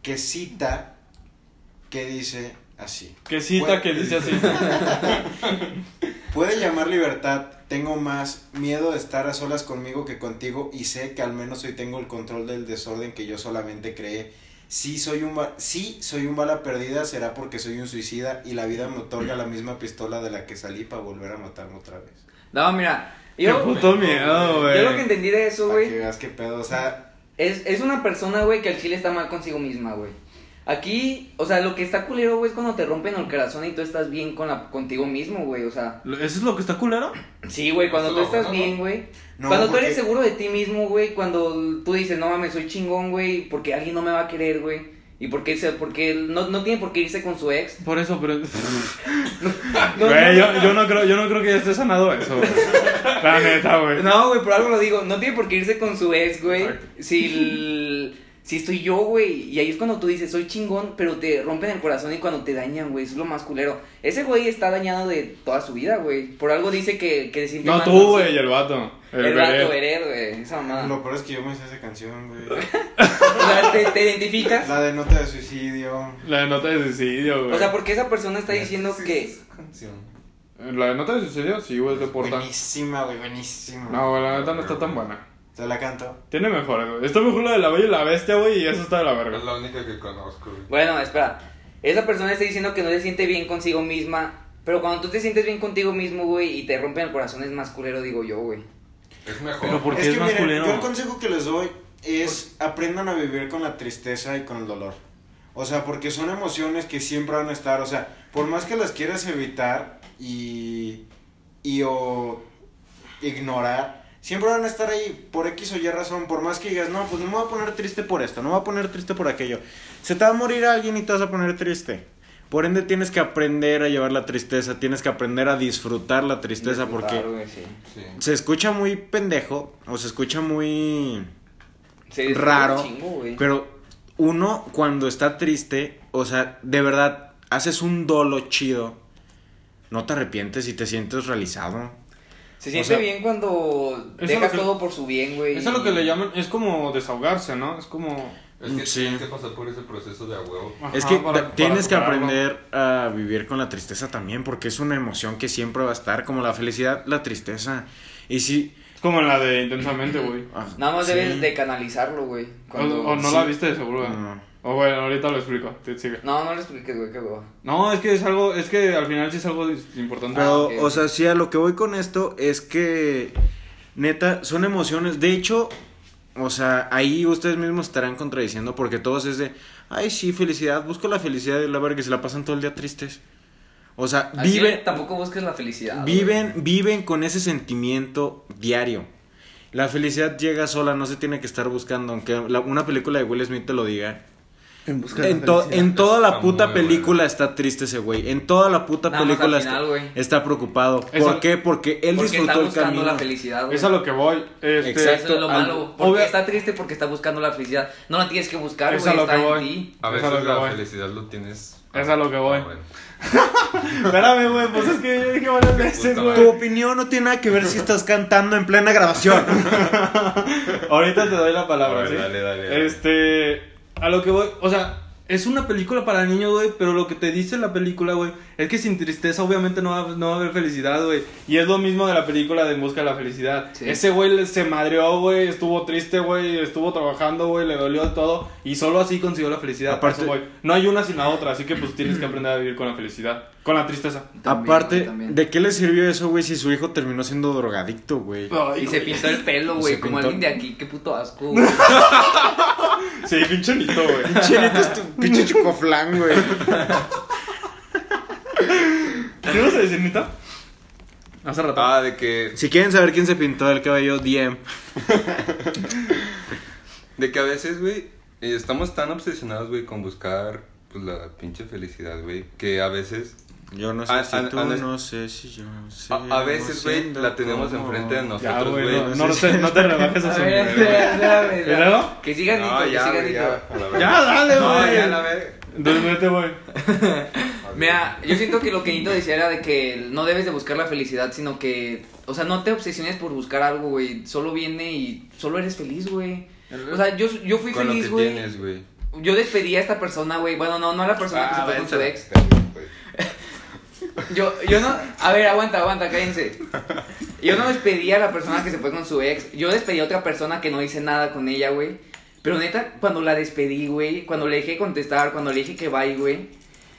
Speaker 5: que cita, que dice, así.
Speaker 3: Que cita
Speaker 5: Puede-
Speaker 3: que dice así.
Speaker 5: Puede llamar libertad. Tengo más miedo de estar a solas conmigo que contigo y sé que al menos hoy tengo el control del desorden que yo solamente creé. Si soy un ba- si soy un bala perdida será porque soy un suicida y la vida me otorga la misma pistola de la que salí para volver a matarme otra vez.
Speaker 1: No, mira.
Speaker 3: Qué
Speaker 1: Yo,
Speaker 3: puto miedo,
Speaker 1: yo lo que
Speaker 3: güey.
Speaker 1: entendí de eso,
Speaker 5: Para
Speaker 1: güey,
Speaker 5: que veas qué pedo, o sea,
Speaker 1: Es, es una persona, güey, que al chile está mal consigo misma, güey. Aquí, o sea, lo que está culero, güey, es cuando te rompen el corazón y tú estás bien con la, contigo mismo, güey. O sea,
Speaker 3: ¿Eso es lo que está culero?
Speaker 1: sí, güey, cuando tú
Speaker 4: Eso es lo
Speaker 1: estás
Speaker 4: bueno, ¿no?
Speaker 1: bien, güey.
Speaker 5: no,
Speaker 1: cuando tú
Speaker 5: porque-
Speaker 1: eres seguro de ti mismo, güey. Cuando tú dices, no mames, soy chingón, güey, porque alguien no me va a querer, güey. Y porque, se, porque él no, no tiene por qué irse con su ex.
Speaker 3: Por eso, pero.
Speaker 1: No,
Speaker 3: Ah, Güey,
Speaker 1: no,
Speaker 3: yo, yo no creo, yo no creo que ya esté sanado eso, güey. La neta, güey.
Speaker 1: No, güey, por algo lo digo. No tiene por qué irse con su ex, güey.
Speaker 3: Exacto.
Speaker 1: Si, el- si estoy yo, güey. Y ahí es cuando tú dices, soy chingón, pero te rompen el corazón y cuando te dañan, güey. Es lo más culero. Ese güey está dañado de toda su vida, güey. Por algo dice que, que se siente
Speaker 3: No,
Speaker 1: mal
Speaker 3: tú,
Speaker 1: con su-
Speaker 3: güey, y el vato.
Speaker 1: El,
Speaker 3: Beret.
Speaker 1: rato Beret, güey. Esa mamada.
Speaker 3: Ah.
Speaker 5: Lo peor es que yo me hice esa canción, güey.
Speaker 1: O sea, ¿te, te identificas?
Speaker 5: La de nota de suicidio.
Speaker 3: La de nota de suicidio, güey.
Speaker 1: O sea, porque esa persona está diciendo que.
Speaker 3: La de nota de suicidio, sí, güey, es de Porta.
Speaker 5: Buenísima, güey, buenísima.
Speaker 3: No, güey, la neta no está tan buena.
Speaker 5: Te la canto.
Speaker 3: Tiene mejor, güey. Está mejor la de la bella y la bestia, güey, y eso está de la verga.
Speaker 4: Es la única que conozco, güey.
Speaker 1: Bueno, espera. Esa persona está diciendo que no se siente bien consigo misma. Pero cuando tú te sientes bien contigo mismo, güey, y te rompen el corazón, es más culero, digo yo, güey.
Speaker 4: Es mejor.
Speaker 3: Pero por- Porque
Speaker 5: es
Speaker 3: es
Speaker 5: que
Speaker 3: más
Speaker 5: miren,
Speaker 3: culero.
Speaker 5: yo el consejo que les doy es aprendan a vivir con la tristeza y con el dolor. O sea, porque son emociones que siempre van a estar, o sea, por más que las quieras evitar y y o ignorar, siempre van a estar ahí por X o Y razón, por más que digas, no, pues no me voy a poner triste por esto, no me voy a poner triste por aquello. Se te va a morir alguien y te vas a poner triste. Por ende tienes que aprender a llevar la tristeza, tienes que aprender a disfrutar la tristeza porque
Speaker 1: Claro, güey, sí.
Speaker 4: Sí.
Speaker 6: se escucha muy pendejo o se escucha muy
Speaker 1: Se disfruta
Speaker 6: Raro,
Speaker 1: un chingo, güey.
Speaker 6: pero uno cuando está triste, o sea, de verdad haces un dolo chido. No te arrepientes y te sientes realizado.
Speaker 1: Se siente
Speaker 6: O sea,
Speaker 1: bien cuando
Speaker 3: eso
Speaker 1: dejas
Speaker 3: lo que-
Speaker 1: todo por su bien, güey.
Speaker 3: Eso es lo que le llaman, es como desahogarse, ¿no? Es como...
Speaker 4: Es que
Speaker 6: Sí.
Speaker 4: tienes que pasar por ese proceso de a huevo.
Speaker 6: es
Speaker 3: Ajá,
Speaker 6: que
Speaker 3: para-
Speaker 6: da-
Speaker 3: para
Speaker 6: tienes que
Speaker 3: superarlo.
Speaker 6: aprender a vivir con la tristeza también, porque es una emoción que siempre va a estar, como la felicidad, la tristeza. Y sí,
Speaker 3: Es como la de Intensamente, güey.
Speaker 6: ah,
Speaker 1: Nada más
Speaker 6: sí.
Speaker 1: debes de canalizarlo, güey.
Speaker 3: O,
Speaker 1: Cuando...
Speaker 3: o no
Speaker 6: sí.
Speaker 3: la viste de seguro, güey.
Speaker 6: No.
Speaker 3: O bueno, ahorita lo explico, te sigue.
Speaker 1: No, no lo expliques, güey, qué hueva.
Speaker 3: No, es que es algo, es que al final sí es algo dis- importante.
Speaker 1: Ah,
Speaker 6: Pero,
Speaker 1: ok,
Speaker 6: o sea, sí, a lo que voy con esto es que, neta, son emociones. De hecho, o sea, ahí ustedes mismos estarán contradiciendo porque todos es de, ay, sí, felicidad, busco la felicidad y la verga, que se la pasan todo el día tristes. O sea,
Speaker 1: Al chile
Speaker 6: viven,
Speaker 1: Tampoco busques la felicidad. güey.
Speaker 6: viven, viven con ese sentimiento diario. La felicidad llega sola, no se tiene que estar buscando, aunque la- una película de Will Smith te lo diga.
Speaker 2: En busca de
Speaker 6: En,
Speaker 2: la
Speaker 6: to-
Speaker 2: felicidad.
Speaker 6: en toda la
Speaker 4: Está
Speaker 6: puta
Speaker 4: muy
Speaker 6: película
Speaker 4: buena.
Speaker 6: está triste ese güey. En toda la puta
Speaker 1: Nada más
Speaker 6: película
Speaker 1: al final,
Speaker 6: está,
Speaker 1: güey.
Speaker 6: está preocupado.
Speaker 3: Eso-
Speaker 6: ¿Por qué? Porque él
Speaker 1: Porque está
Speaker 6: disfrutó el
Speaker 1: buscando
Speaker 6: camino.
Speaker 1: la felicidad, güey.
Speaker 3: es a lo que voy. Este,
Speaker 1: Eso
Speaker 6: Exacto,
Speaker 1: es lo
Speaker 3: al-
Speaker 1: malo. Porque
Speaker 3: obvia-
Speaker 1: está triste porque está buscando la felicidad. No la tienes que buscar,
Speaker 3: Es
Speaker 1: güey.
Speaker 3: a lo
Speaker 1: Está
Speaker 3: que
Speaker 1: en
Speaker 3: voy.
Speaker 1: ti.
Speaker 4: A
Speaker 3: Es
Speaker 4: veces
Speaker 3: a lo que
Speaker 4: la
Speaker 3: voy.
Speaker 4: felicidad lo tienes.
Speaker 3: Es a lo que voy.
Speaker 4: Ah, bueno.
Speaker 3: Espérame, güey, pues es que yo dije varias veces,
Speaker 4: Puta
Speaker 3: güey.
Speaker 6: Tu opinión no tiene nada que ver si estás cantando en plena grabación.
Speaker 3: Ahorita te doy la palabra,
Speaker 4: A ver,
Speaker 3: ¿sí?
Speaker 4: dale, dale, dale.
Speaker 3: Este, a lo que voy, o sea, es una película para niños, güey, pero lo que te dice la película, güey, es que sin tristeza obviamente no va, no va a haber felicidad, güey. Y es lo mismo de la película de En Busca de la Felicidad.
Speaker 1: Sí.
Speaker 3: Ese güey le- se madreó, güey, estuvo triste, güey, estuvo trabajando, güey, le dolió todo y solo así consiguió la felicidad.
Speaker 6: Aparte-
Speaker 3: Eso, güey. No hay una sin la otra, así que pues tienes que aprender a vivir con la felicidad, con la tristeza.
Speaker 1: También,
Speaker 6: Aparte,
Speaker 1: güey, también.
Speaker 6: ¿de qué le sirvió eso, güey, si su hijo terminó siendo drogadicto, güey?
Speaker 1: Y se pintó el pelo, güey.
Speaker 6: Se
Speaker 1: Como
Speaker 6: pintó-
Speaker 1: alguien de aquí. Qué puto asco, güey.
Speaker 3: Sí, pinche nito, güey.
Speaker 6: Pinche neta, este es tu pinche chocoflán, güey.
Speaker 3: ¿Qué ibas a decir, nito? Hace rato.
Speaker 4: Ah, de que
Speaker 6: Si quieren saber quién se pintó el cabello, DM.
Speaker 4: De que a veces, güey, eh, estamos tan obsesionados, güey, con buscar pues, la pinche felicidad, güey, que a veces,
Speaker 6: Yo no sé
Speaker 4: A-
Speaker 6: si
Speaker 4: a-
Speaker 6: tú,
Speaker 4: a-
Speaker 6: no sé si yo sé.
Speaker 4: a, a veces, güey, la tenemos enfrente de
Speaker 3: Ya,
Speaker 4: nosotros,
Speaker 3: güey,
Speaker 4: güey.
Speaker 3: no, no lo sé, no te rebajes a
Speaker 1: A
Speaker 3: su
Speaker 1: ver,
Speaker 3: nivel, güey.
Speaker 1: espérame, espérame.
Speaker 3: ¿Y luego?
Speaker 1: Que siga Nito,
Speaker 4: No,
Speaker 1: que
Speaker 4: ya,
Speaker 1: siga
Speaker 4: güey,
Speaker 1: Nito.
Speaker 4: ya, a la verga.
Speaker 3: Ya, dale,
Speaker 4: No,
Speaker 3: güey.
Speaker 4: ya la ve.
Speaker 3: Duérmete, güey.
Speaker 1: Mira, yo siento que lo que Nito decía era de que no debes de buscar la felicidad, sino que, o sea, no te obsesiones por buscar algo, güey. Solo viene y solo eres feliz, güey. O sea, yo, yo fui
Speaker 4: Con lo que
Speaker 1: feliz, güey.
Speaker 4: tienes, güey. Ah,
Speaker 1: Yo despedí a esta persona, güey. Bueno, no, no a la persona que se fue con su ex.
Speaker 4: Pues,
Speaker 1: Yo, yo no. A ver, aguanta, aguanta, cállense. Yo no despedí a la persona que se fue con su ex. Yo despedí a otra persona que no hice nada con ella, güey. Pero neta, cuando la despedí, güey, cuando le dejé contestar, cuando le dije que bye, güey,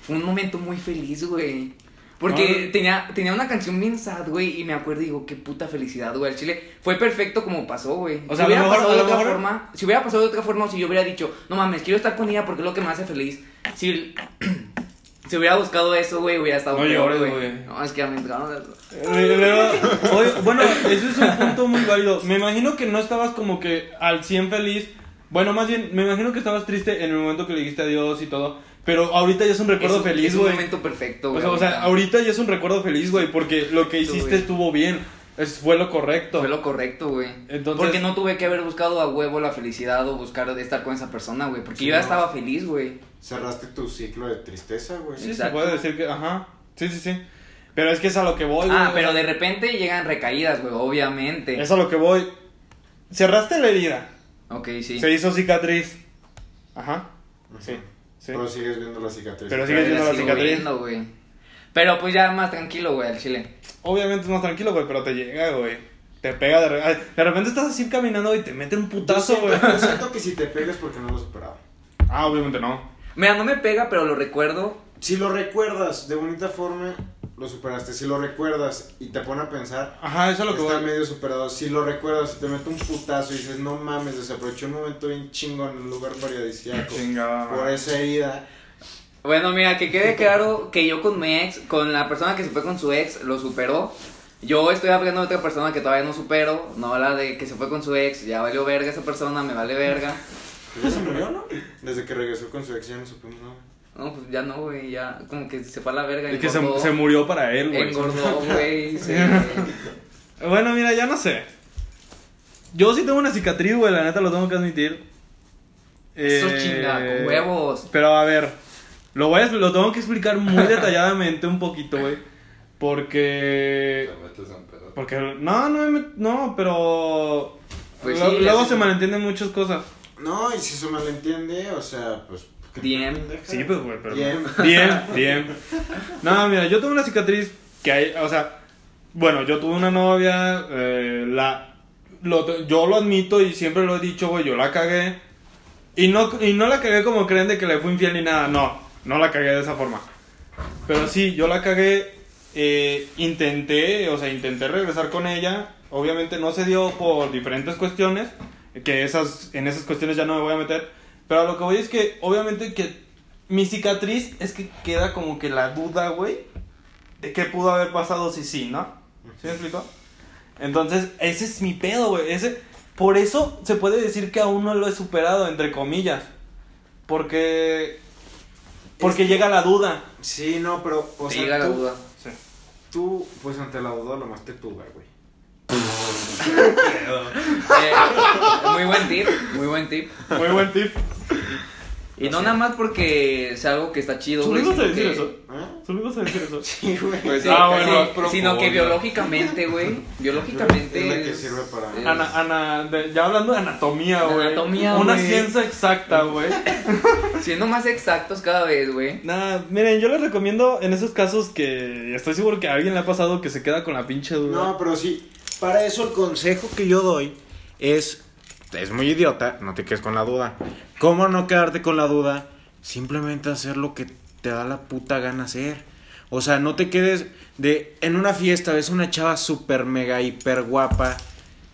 Speaker 1: fue un momento muy feliz, güey. Porque tenía, tenía una canción bien sad, güey, y me acuerdo y digo, qué puta felicidad, güey, al chile. Fue perfecto como pasó, güey.
Speaker 3: O
Speaker 1: O sea,
Speaker 3: sea,
Speaker 1: si
Speaker 3: a
Speaker 1: hubiera
Speaker 3: lo mejor-
Speaker 1: pasado
Speaker 3: a
Speaker 1: de
Speaker 3: lo
Speaker 1: otra
Speaker 3: mejor-
Speaker 1: forma, si hubiera pasado de otra forma, o si yo hubiera dicho, no mames, quiero estar con ella porque es lo que me hace feliz. Si, si hubiera buscado eso, güey, hubiera estado
Speaker 3: No
Speaker 1: peor,
Speaker 3: llores, güey.
Speaker 1: No, es que ya me entraron las-
Speaker 3: Le- le va- oye, bueno, eso es un punto muy válido. Me imagino que no estabas como que al 100 feliz. Bueno, más bien, me imagino que estabas triste en el momento que le dijiste adiós y todo. Pero ahorita ya es un recuerdo
Speaker 1: Es-
Speaker 3: feliz,
Speaker 1: Es un
Speaker 3: güey.
Speaker 1: momento perfecto,
Speaker 3: O
Speaker 1: güey.
Speaker 3: sea, o sea, ahorita ya es un recuerdo feliz, güey, porque lo que
Speaker 1: Exacto,
Speaker 3: hiciste
Speaker 1: güey.
Speaker 3: estuvo bien. Es, fue lo correcto.
Speaker 1: Fue lo correcto, güey.
Speaker 3: Entonces-
Speaker 1: Porque no tuve que haber buscado a huevo la felicidad o buscar estar con esa persona, güey. Porque
Speaker 5: Sí,
Speaker 1: yo ya
Speaker 5: no.
Speaker 1: estaba feliz, güey.
Speaker 5: Cerraste tu ciclo de tristeza, güey.
Speaker 3: Sí,
Speaker 1: Exacto.
Speaker 3: se puede decir que. Ajá. Sí, sí, sí. Pero es que es a lo que voy,
Speaker 1: Ah,
Speaker 3: güey.
Speaker 1: pero de repente llegan recaídas, güey, obviamente.
Speaker 3: Es a lo que voy. Cerraste la herida.
Speaker 1: Ok, sí.
Speaker 3: Se hizo cicatriz. Ajá.
Speaker 5: Ujú.
Speaker 3: Sí. sí.
Speaker 5: Pero sigues viendo la cicatriz.
Speaker 3: Pero
Speaker 1: Pero
Speaker 3: sigues viendo
Speaker 1: la
Speaker 3: la
Speaker 1: sigo
Speaker 3: cicatriz.
Speaker 1: viendo, güey. Pero pues ya más tranquilo, güey, al chile.
Speaker 3: Obviamente es más tranquilo, güey, pero te llega, güey. Te pega de repente. De repente estás así caminando y te mete un putazo, güey.
Speaker 5: Yo siento que si te pegas porque no lo superaba.
Speaker 3: Ah, obviamente no.
Speaker 1: Mira, no me pega, pero lo recuerdo.
Speaker 5: Si lo recuerdas de bonita forma, lo superaste. Si lo recuerdas y te pone a pensar,
Speaker 3: Ajá, eso es lo que
Speaker 5: está
Speaker 3: voy.
Speaker 5: medio superado. Si lo recuerdas y te mete un putazo y dices, no mames, desaproveché un momento bien chingo en un lugar paradisíaco.
Speaker 3: Chingada.
Speaker 5: Por
Speaker 3: madre.
Speaker 5: esa ida.
Speaker 1: Bueno, mira, que quede claro que yo con mi ex, con la persona que se fue con su ex, lo superó. Yo estoy hablando de otra persona que todavía no supero, no la de que se fue con su ex, ya valió verga esa persona, me vale verga.
Speaker 5: ¿Ya se murió, no? Desde que regresó con su ex ya no supimos nada.
Speaker 1: No, pues ya no, güey, ya como que se fue a la verga.
Speaker 3: Es que se,
Speaker 1: engordó,
Speaker 3: se murió para él, güey.
Speaker 1: Engordó, güey, se-
Speaker 3: Bueno, mira, ya no sé. Yo sí tengo una cicatriz, güey, la neta lo tengo que admitir.
Speaker 1: Eso
Speaker 3: Eh,
Speaker 1: chinga, con huevos.
Speaker 3: Pero a ver, lo, voy a, expl- lo tengo que explicar muy detalladamente un poquito, güey. Porque.
Speaker 4: Te metes en pedo.
Speaker 3: Porque. No, no, me met- no, pero.
Speaker 1: Pues
Speaker 3: lo-
Speaker 1: sí,
Speaker 3: luego
Speaker 1: es-
Speaker 3: se malentienden muchas cosas.
Speaker 5: No, y si se malentiende, o sea, pues. ¿qué
Speaker 1: Diem.
Speaker 5: pendeja?
Speaker 3: Sí, pues, güey, pero.
Speaker 5: Diem.
Speaker 3: Bien, bien. No, mira, yo tuve una cicatriz que hay, o sea, bueno, yo tuve una novia, eh, la, lo te- yo lo admito y siempre lo he dicho, güey, yo la cagué. Y no, y no la cagué como creen de que le fui infiel ni nada, no, no la cagué de esa forma. Pero sí, yo la cagué, eh, intenté, o sea, intenté regresar con ella, obviamente no se dio por diferentes cuestiones, que esas, en esas cuestiones ya no me voy a meter, pero a lo que voy es que, obviamente que mi cicatriz es que queda como que la duda, güey, de qué pudo haber pasado si sí, ¿no? ¿Sí me explico? Entonces, ese es mi pedo, güey. Ese, por eso se puede decir que aún no lo he superado, entre comillas. Porque. Porque llega la duda.
Speaker 5: Sí, no, pero. O
Speaker 1: Te
Speaker 5: sea,
Speaker 1: llega la
Speaker 5: tú-
Speaker 1: duda.
Speaker 3: Sí.
Speaker 5: Tú, pues ante la duda, lo más que tú, güey.
Speaker 1: Eh, muy buen tip, muy buen tip.
Speaker 3: Muy buen tip.
Speaker 1: Y no nada más porque es algo que está chido,
Speaker 3: ¿Solo
Speaker 1: güey.
Speaker 3: ibas a
Speaker 1: sino
Speaker 3: decir
Speaker 1: que-
Speaker 3: eso?
Speaker 5: ¿Eh?
Speaker 3: ¿Solo ibas a decir eso?
Speaker 5: Sí, güey.
Speaker 4: Pues,
Speaker 1: Sí,
Speaker 3: Ah,
Speaker 1: sí,
Speaker 3: bueno,
Speaker 1: sí,
Speaker 4: pero
Speaker 1: sino que
Speaker 4: por-
Speaker 1: biológicamente, güey. Biológicamente.
Speaker 5: Es la que sirve para-
Speaker 1: es-
Speaker 3: Ana, ana, de- ya hablando de anatomía,
Speaker 1: De
Speaker 3: güey.
Speaker 1: anatomía,
Speaker 3: Una
Speaker 1: güey.
Speaker 3: ciencia exacta, güey.
Speaker 1: Siendo más exactos cada vez, güey.
Speaker 3: Nada, miren, yo les recomiendo en esos casos que estoy seguro que a alguien le ha pasado que se queda con la pinche duda.
Speaker 5: No, pero sí.
Speaker 6: Para eso el consejo que yo doy es, es muy idiota, no te quedes con la duda. ¿Cómo no quedarte con la duda? Simplemente hacer lo que te da la puta gana hacer. O sea, no te quedes de en una fiesta ves una chava super mega hiper guapa.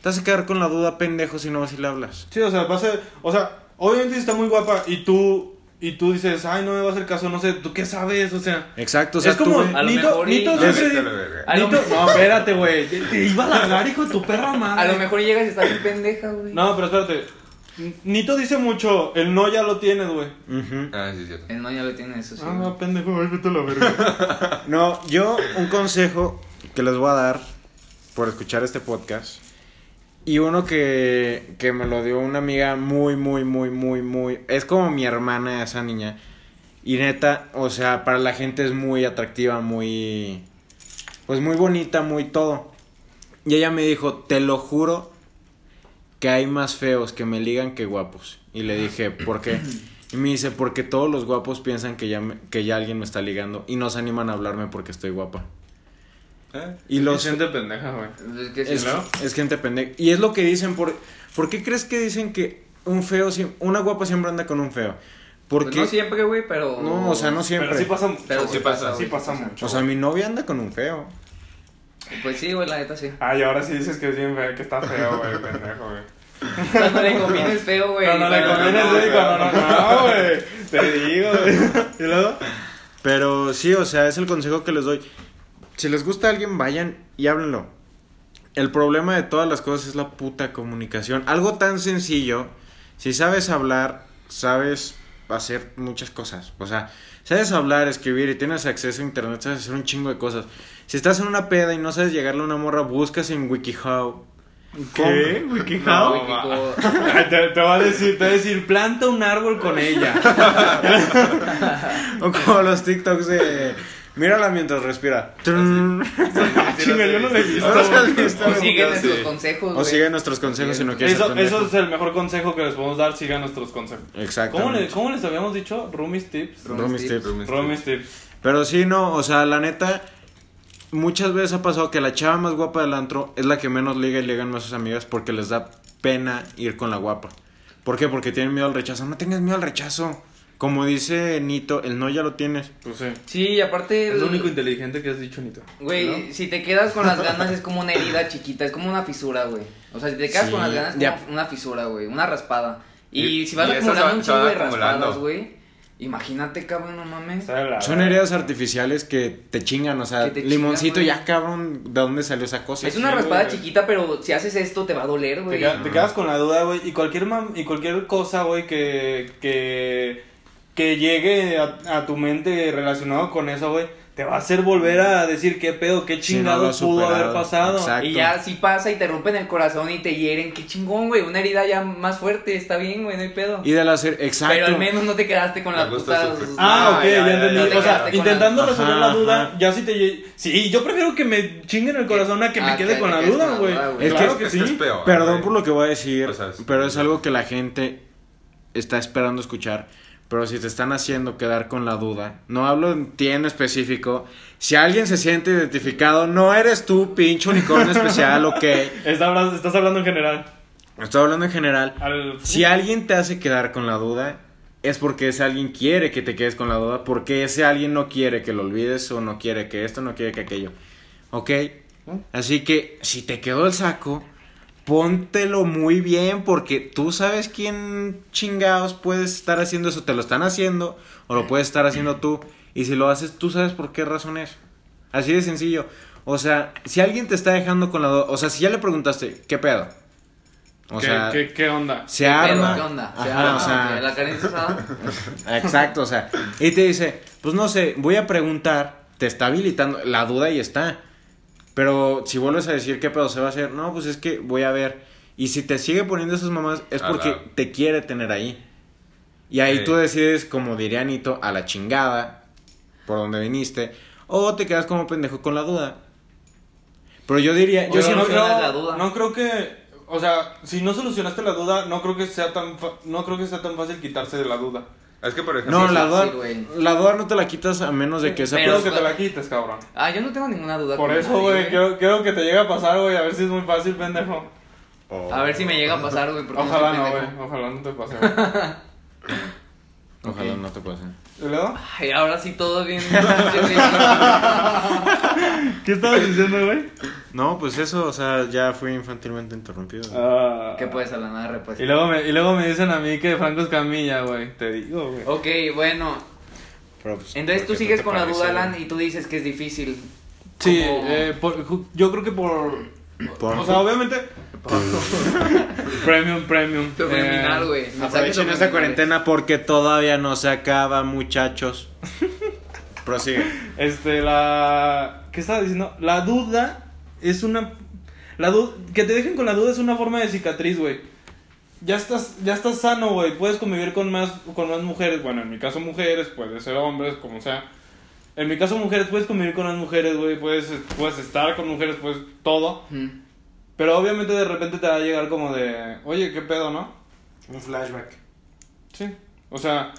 Speaker 6: Te vas a quedar con la duda, pendejo, si no vas y le hablas.
Speaker 3: Sí, o sea, va a ser- o sea, obviamente si está muy guapa y tú y tú dices, "Ay, no me va a hacer caso", no sé, ¿tú qué sabes? O sea,
Speaker 6: Exacto, o sea,
Speaker 3: es como
Speaker 6: tú ve-
Speaker 1: a lo
Speaker 3: Nito,
Speaker 1: mejor y-
Speaker 3: Nito
Speaker 1: Ah,
Speaker 4: No,
Speaker 3: siempre-
Speaker 4: vete a la verga.
Speaker 1: A lo
Speaker 3: Nito-
Speaker 1: mejor-
Speaker 3: no, espérate, güey. Te, te iba a largar, hijo de tu perra madre.
Speaker 1: A lo mejor llegas y estás bien pendeja, güey.
Speaker 3: No, pero espérate. Nito dice mucho, el no ya lo tienes, güey.
Speaker 6: Ujú.
Speaker 4: Ah, sí, es cierto.
Speaker 1: Eh, No, ya lo tiene eso, sí.
Speaker 3: Ah,
Speaker 1: güey.
Speaker 3: no, pendejo, ay, vete a la verga.
Speaker 6: No, yo un consejo que les voy a dar por escuchar este podcast. Y uno que, que me lo dio una amiga muy, muy, muy, muy, muy... Es como mi hermana esa niña. Y neta, o sea, para la gente es muy atractiva, muy... Pues muy bonita, muy todo. Y ella me dijo, te lo juro que hay más feos que me ligan que guapos. Y le dije, ¿por qué? Y me dice, porque todos los guapos piensan que ya, me- que ya alguien me está ligando y no se animan a hablarme porque estoy guapa.
Speaker 4: ¿Eh?
Speaker 6: Y
Speaker 3: Lo
Speaker 6: los...
Speaker 3: siento pendeja, güey.
Speaker 1: Es que sí,
Speaker 6: Es,
Speaker 1: ¿no?
Speaker 6: es gente pendeja. Y es lo que dicen, por, ¿por qué crees que dicen que un feo, sie- una guapa siempre anda con un feo? Porque...
Speaker 1: Pues no siempre, güey, pero.
Speaker 6: No, o sea, no siempre.
Speaker 3: Pero sí pasa mucho.
Speaker 1: Pero sí
Speaker 3: güey.
Speaker 1: pasa,
Speaker 3: Sí
Speaker 1: güey.
Speaker 3: pasa mucho.
Speaker 6: O sea, mi novia anda con un feo.
Speaker 1: Pues sí, güey, la neta sí.
Speaker 3: Ay, ahora sí dices que es bien feo, que está feo, güey, pendejo, güey.
Speaker 1: Pero no le convienes feo, güey.
Speaker 3: Pero no le
Speaker 1: Pero-
Speaker 3: conviene,
Speaker 5: no,
Speaker 3: güey,
Speaker 5: no,
Speaker 3: no, no, no, güey. Te digo, güey. ¿Y luego?
Speaker 6: Pero sí, o sea, es el consejo que les doy. Si les gusta a alguien, vayan y háblenlo. El problema de todas las cosas es la puta comunicación. Algo tan sencillo, si sabes hablar, sabes hacer muchas cosas. O sea, sabes hablar, escribir y tienes acceso a internet, sabes hacer un chingo de cosas. Si estás en una peda y no sabes llegarle a una morra, buscas en WikiHow.
Speaker 3: ¿Qué?
Speaker 1: No,
Speaker 3: ¿Wikihow?
Speaker 1: güey, Kiko.
Speaker 3: Ay, te, te va a decir, te va a decir, planta un árbol con ella.
Speaker 6: O como los TikToks de... Mírala mientras respira.
Speaker 3: Chinga, yo no le he visto.
Speaker 6: No los has visto.
Speaker 1: O siguen
Speaker 4: Sí.
Speaker 1: nuestros consejos,
Speaker 6: O
Speaker 1: güey.
Speaker 6: sigue nuestros consejos si no quieres ser
Speaker 3: Eso,
Speaker 6: pendejo.
Speaker 3: eso es el mejor consejo que les podemos dar, sigan nuestros consejos.
Speaker 6: Exacto.
Speaker 3: ¿Cómo, le- cómo les habíamos dicho? Roomies tips.
Speaker 1: Roomies
Speaker 6: Roomies
Speaker 1: tips.
Speaker 6: tips.
Speaker 3: Roomies tips.
Speaker 6: Pero sí, no, o sea, la neta, muchas veces ha pasado que la chava más guapa del antro es la que menos liga y ligan más a sus amigas porque les da pena ir con la guapa. ¿Por qué? Porque tienen miedo al rechazo. No tengas miedo al rechazo. Como dice Nito, el no ya lo tienes.
Speaker 3: Pues sí.
Speaker 1: Sí, y aparte.
Speaker 3: Es lo
Speaker 1: el-
Speaker 3: único inteligente que has dicho, Nito.
Speaker 1: Güey, si te quedas con las ganas es como una herida chiquita, es como una fisura, güey. O sea, si te quedas
Speaker 6: Sí,
Speaker 1: con las ganas es
Speaker 6: ya.
Speaker 1: como una fisura, güey, una raspada. Y,
Speaker 4: Y-
Speaker 1: si vas
Speaker 4: y esas
Speaker 1: acumulando un
Speaker 4: se van- se van
Speaker 1: chingo de
Speaker 4: acumulando.
Speaker 1: raspadas, güey, imagínate, cabrón, no mames.
Speaker 6: Son heridas artificiales que te chingan, o sea,
Speaker 1: Que te
Speaker 6: limoncito
Speaker 1: chingan, güey.
Speaker 6: ya cabrón, ¿de dónde salió esa cosa?
Speaker 1: es una
Speaker 3: sí,
Speaker 1: raspada
Speaker 3: güey.
Speaker 1: chiquita, pero si haces esto te va a doler,
Speaker 3: Te,
Speaker 1: güey.
Speaker 3: queda- te quedas con la duda, güey. Y cualquier, mam- y cualquier cosa, güey, que, que, que llegue a, a tu mente relacionado con eso, güey, te va a hacer volver a decir qué pedo, qué
Speaker 6: Si no lo
Speaker 3: chingado
Speaker 6: has
Speaker 3: pudo
Speaker 6: superado.
Speaker 3: haber pasado.
Speaker 6: Exacto.
Speaker 1: Y ya si pasa y te rompen el corazón y te hieren, qué chingón, güey, una herida ya más fuerte, está bien, güey, no hay pedo.
Speaker 6: Y de las... her- Exacto.
Speaker 1: Pero al menos no te quedaste con
Speaker 4: Me
Speaker 1: la
Speaker 4: gusta
Speaker 1: puta...
Speaker 4: sufrir.
Speaker 3: Ah, ok,
Speaker 4: Ah,
Speaker 3: ya,
Speaker 4: ya, ya,
Speaker 3: entendí.
Speaker 4: ya te
Speaker 3: o sea,
Speaker 1: quedaste con
Speaker 3: intentando
Speaker 1: la-
Speaker 3: resolver
Speaker 6: Ajá,
Speaker 3: la duda,
Speaker 6: ajá.
Speaker 3: ya si te... lle- Sí, yo prefiero que me chinguen el corazón a que
Speaker 1: Ah,
Speaker 3: me quede
Speaker 1: que
Speaker 3: con
Speaker 1: te
Speaker 3: la
Speaker 1: quedes
Speaker 3: duda,
Speaker 1: con la
Speaker 3: güey.
Speaker 1: duda, güey.
Speaker 6: Es
Speaker 3: Claro
Speaker 4: que,
Speaker 3: que
Speaker 4: este es
Speaker 3: sí.
Speaker 4: peor.
Speaker 6: Perdón
Speaker 4: güey.
Speaker 6: por lo que voy a decir,
Speaker 4: O sea, es-
Speaker 6: pero es algo que la gente está esperando escuchar. Pero si te están haciendo quedar con la duda, no hablo en ti en específico. Si alguien se siente identificado, no eres tú, pinche unicornio especial, ok.
Speaker 3: Está hablando- estás hablando en general.
Speaker 6: Estoy hablando en general.
Speaker 3: Al-
Speaker 6: Si alguien te hace quedar con la duda, es porque ese alguien quiere que te quedes con la duda, porque ese alguien no quiere que lo olvides o no quiere que esto, no quiere que aquello. ¿Ok? Así que si te quedó el saco, póntelo muy bien porque tú sabes quién chingados puedes estar haciendo eso, te lo están haciendo o lo puedes estar haciendo tú. Y si lo haces, tú sabes por qué razón es. Así de sencillo. O sea, si alguien te está dejando con la duda, o sea, si ya le preguntaste, ¿qué pedo? O
Speaker 3: ¿Qué,
Speaker 6: sea,
Speaker 3: qué- qué onda?
Speaker 6: se
Speaker 1: Pero,
Speaker 6: arma.
Speaker 1: ¿Qué onda? Se
Speaker 6: Ajá,
Speaker 1: arma,
Speaker 6: o sea,
Speaker 1: ok, La carencia usada.
Speaker 6: exacto, o sea, y te dice, pues no sé, voy a preguntar, te está habilitando, la duda y está. Pero si vuelves a decir qué pedo se va a hacer, no, pues es que voy a ver. Y si te sigue poniendo esas mamás, es
Speaker 4: A
Speaker 6: porque
Speaker 4: la-
Speaker 6: te quiere tener ahí. Y ahí
Speaker 4: Sí.
Speaker 6: tú decides, como diría Nito, a la chingada, por donde viniste, o te quedas como pendejo con la duda. Pero yo diría, yo
Speaker 3: Yo
Speaker 1: Oye,
Speaker 6: siempre-
Speaker 3: no creo,
Speaker 1: solucionas la duda.
Speaker 3: no creo que, o sea, si no solucionaste la duda, no creo que sea tan, fa- no creo que sea tan fácil quitarse de la duda.
Speaker 4: Es que, por ejemplo,
Speaker 6: No, la
Speaker 1: sí,
Speaker 6: duda,
Speaker 1: güey.
Speaker 6: la duda no te la quitas a menos de que esa
Speaker 1: Pero-
Speaker 3: Pero
Speaker 6: persona...
Speaker 3: que te la quites, cabrón.
Speaker 1: Ah, yo no tengo ninguna duda.
Speaker 3: Por
Speaker 1: con
Speaker 3: eso,
Speaker 1: nadie,
Speaker 3: güey, quiero, quiero que te llegue a pasar, güey, a ver si es muy fácil, pendejo.
Speaker 1: A ver si me llega a pasar, güey. porque
Speaker 3: Ojalá
Speaker 1: soy
Speaker 3: no, güey,
Speaker 1: pendejo.
Speaker 3: ojalá no te pase, güey.
Speaker 6: Ojalá
Speaker 1: Ok.
Speaker 6: no te pase.
Speaker 3: ¿Y luego?
Speaker 1: Ay, ahora sí todo bien. Yo
Speaker 3: ¿Qué estabas diciendo, güey?
Speaker 6: No, pues eso, o sea, ya fui infantilmente interrumpido.
Speaker 1: sí- ¿Qué puedes hablar? Nada, pues.
Speaker 3: Ah. Y luego, me, y luego me dicen a mí que Franco es camilla, güey. Te digo, güey.
Speaker 1: Ok, bueno.
Speaker 6: Pero, pues,
Speaker 1: Entonces
Speaker 6: ¿por
Speaker 1: tú
Speaker 6: qué
Speaker 1: sigues
Speaker 6: te
Speaker 1: con la
Speaker 6: parece,
Speaker 1: duda,
Speaker 6: güey?
Speaker 1: Alan, y tú dices que es difícil.
Speaker 3: Sí,
Speaker 1: ¿Cómo?
Speaker 3: eh, por- ju- yo creo que por...
Speaker 6: Por-
Speaker 3: O sea, obviamente... premium, premium.
Speaker 1: Te voy a eliminar,
Speaker 3: Eh,
Speaker 1: güey. Mensajes
Speaker 6: Aprovechen esta
Speaker 1: subliminales.
Speaker 6: cuarentena porque todavía no se acaba, muchachos. Prosigue.
Speaker 3: Este, la. ¿Qué estaba diciendo? La duda es una. La du- Que te dejen con la duda es una forma de cicatriz, güey. Ya estás, ya estás sano, güey. Puedes convivir con más, con más mujeres. Bueno, en mi caso, mujeres, puede ser hombres, como sea. En mi caso, mujeres, puedes convivir con las mujeres, güey. Puedes, puedes estar con mujeres, pues todo.
Speaker 1: Ujú.
Speaker 3: Pero obviamente de repente te va a llegar como de. Oye, qué pedo, ¿no?
Speaker 5: Un flashback.
Speaker 3: Sí. O sea,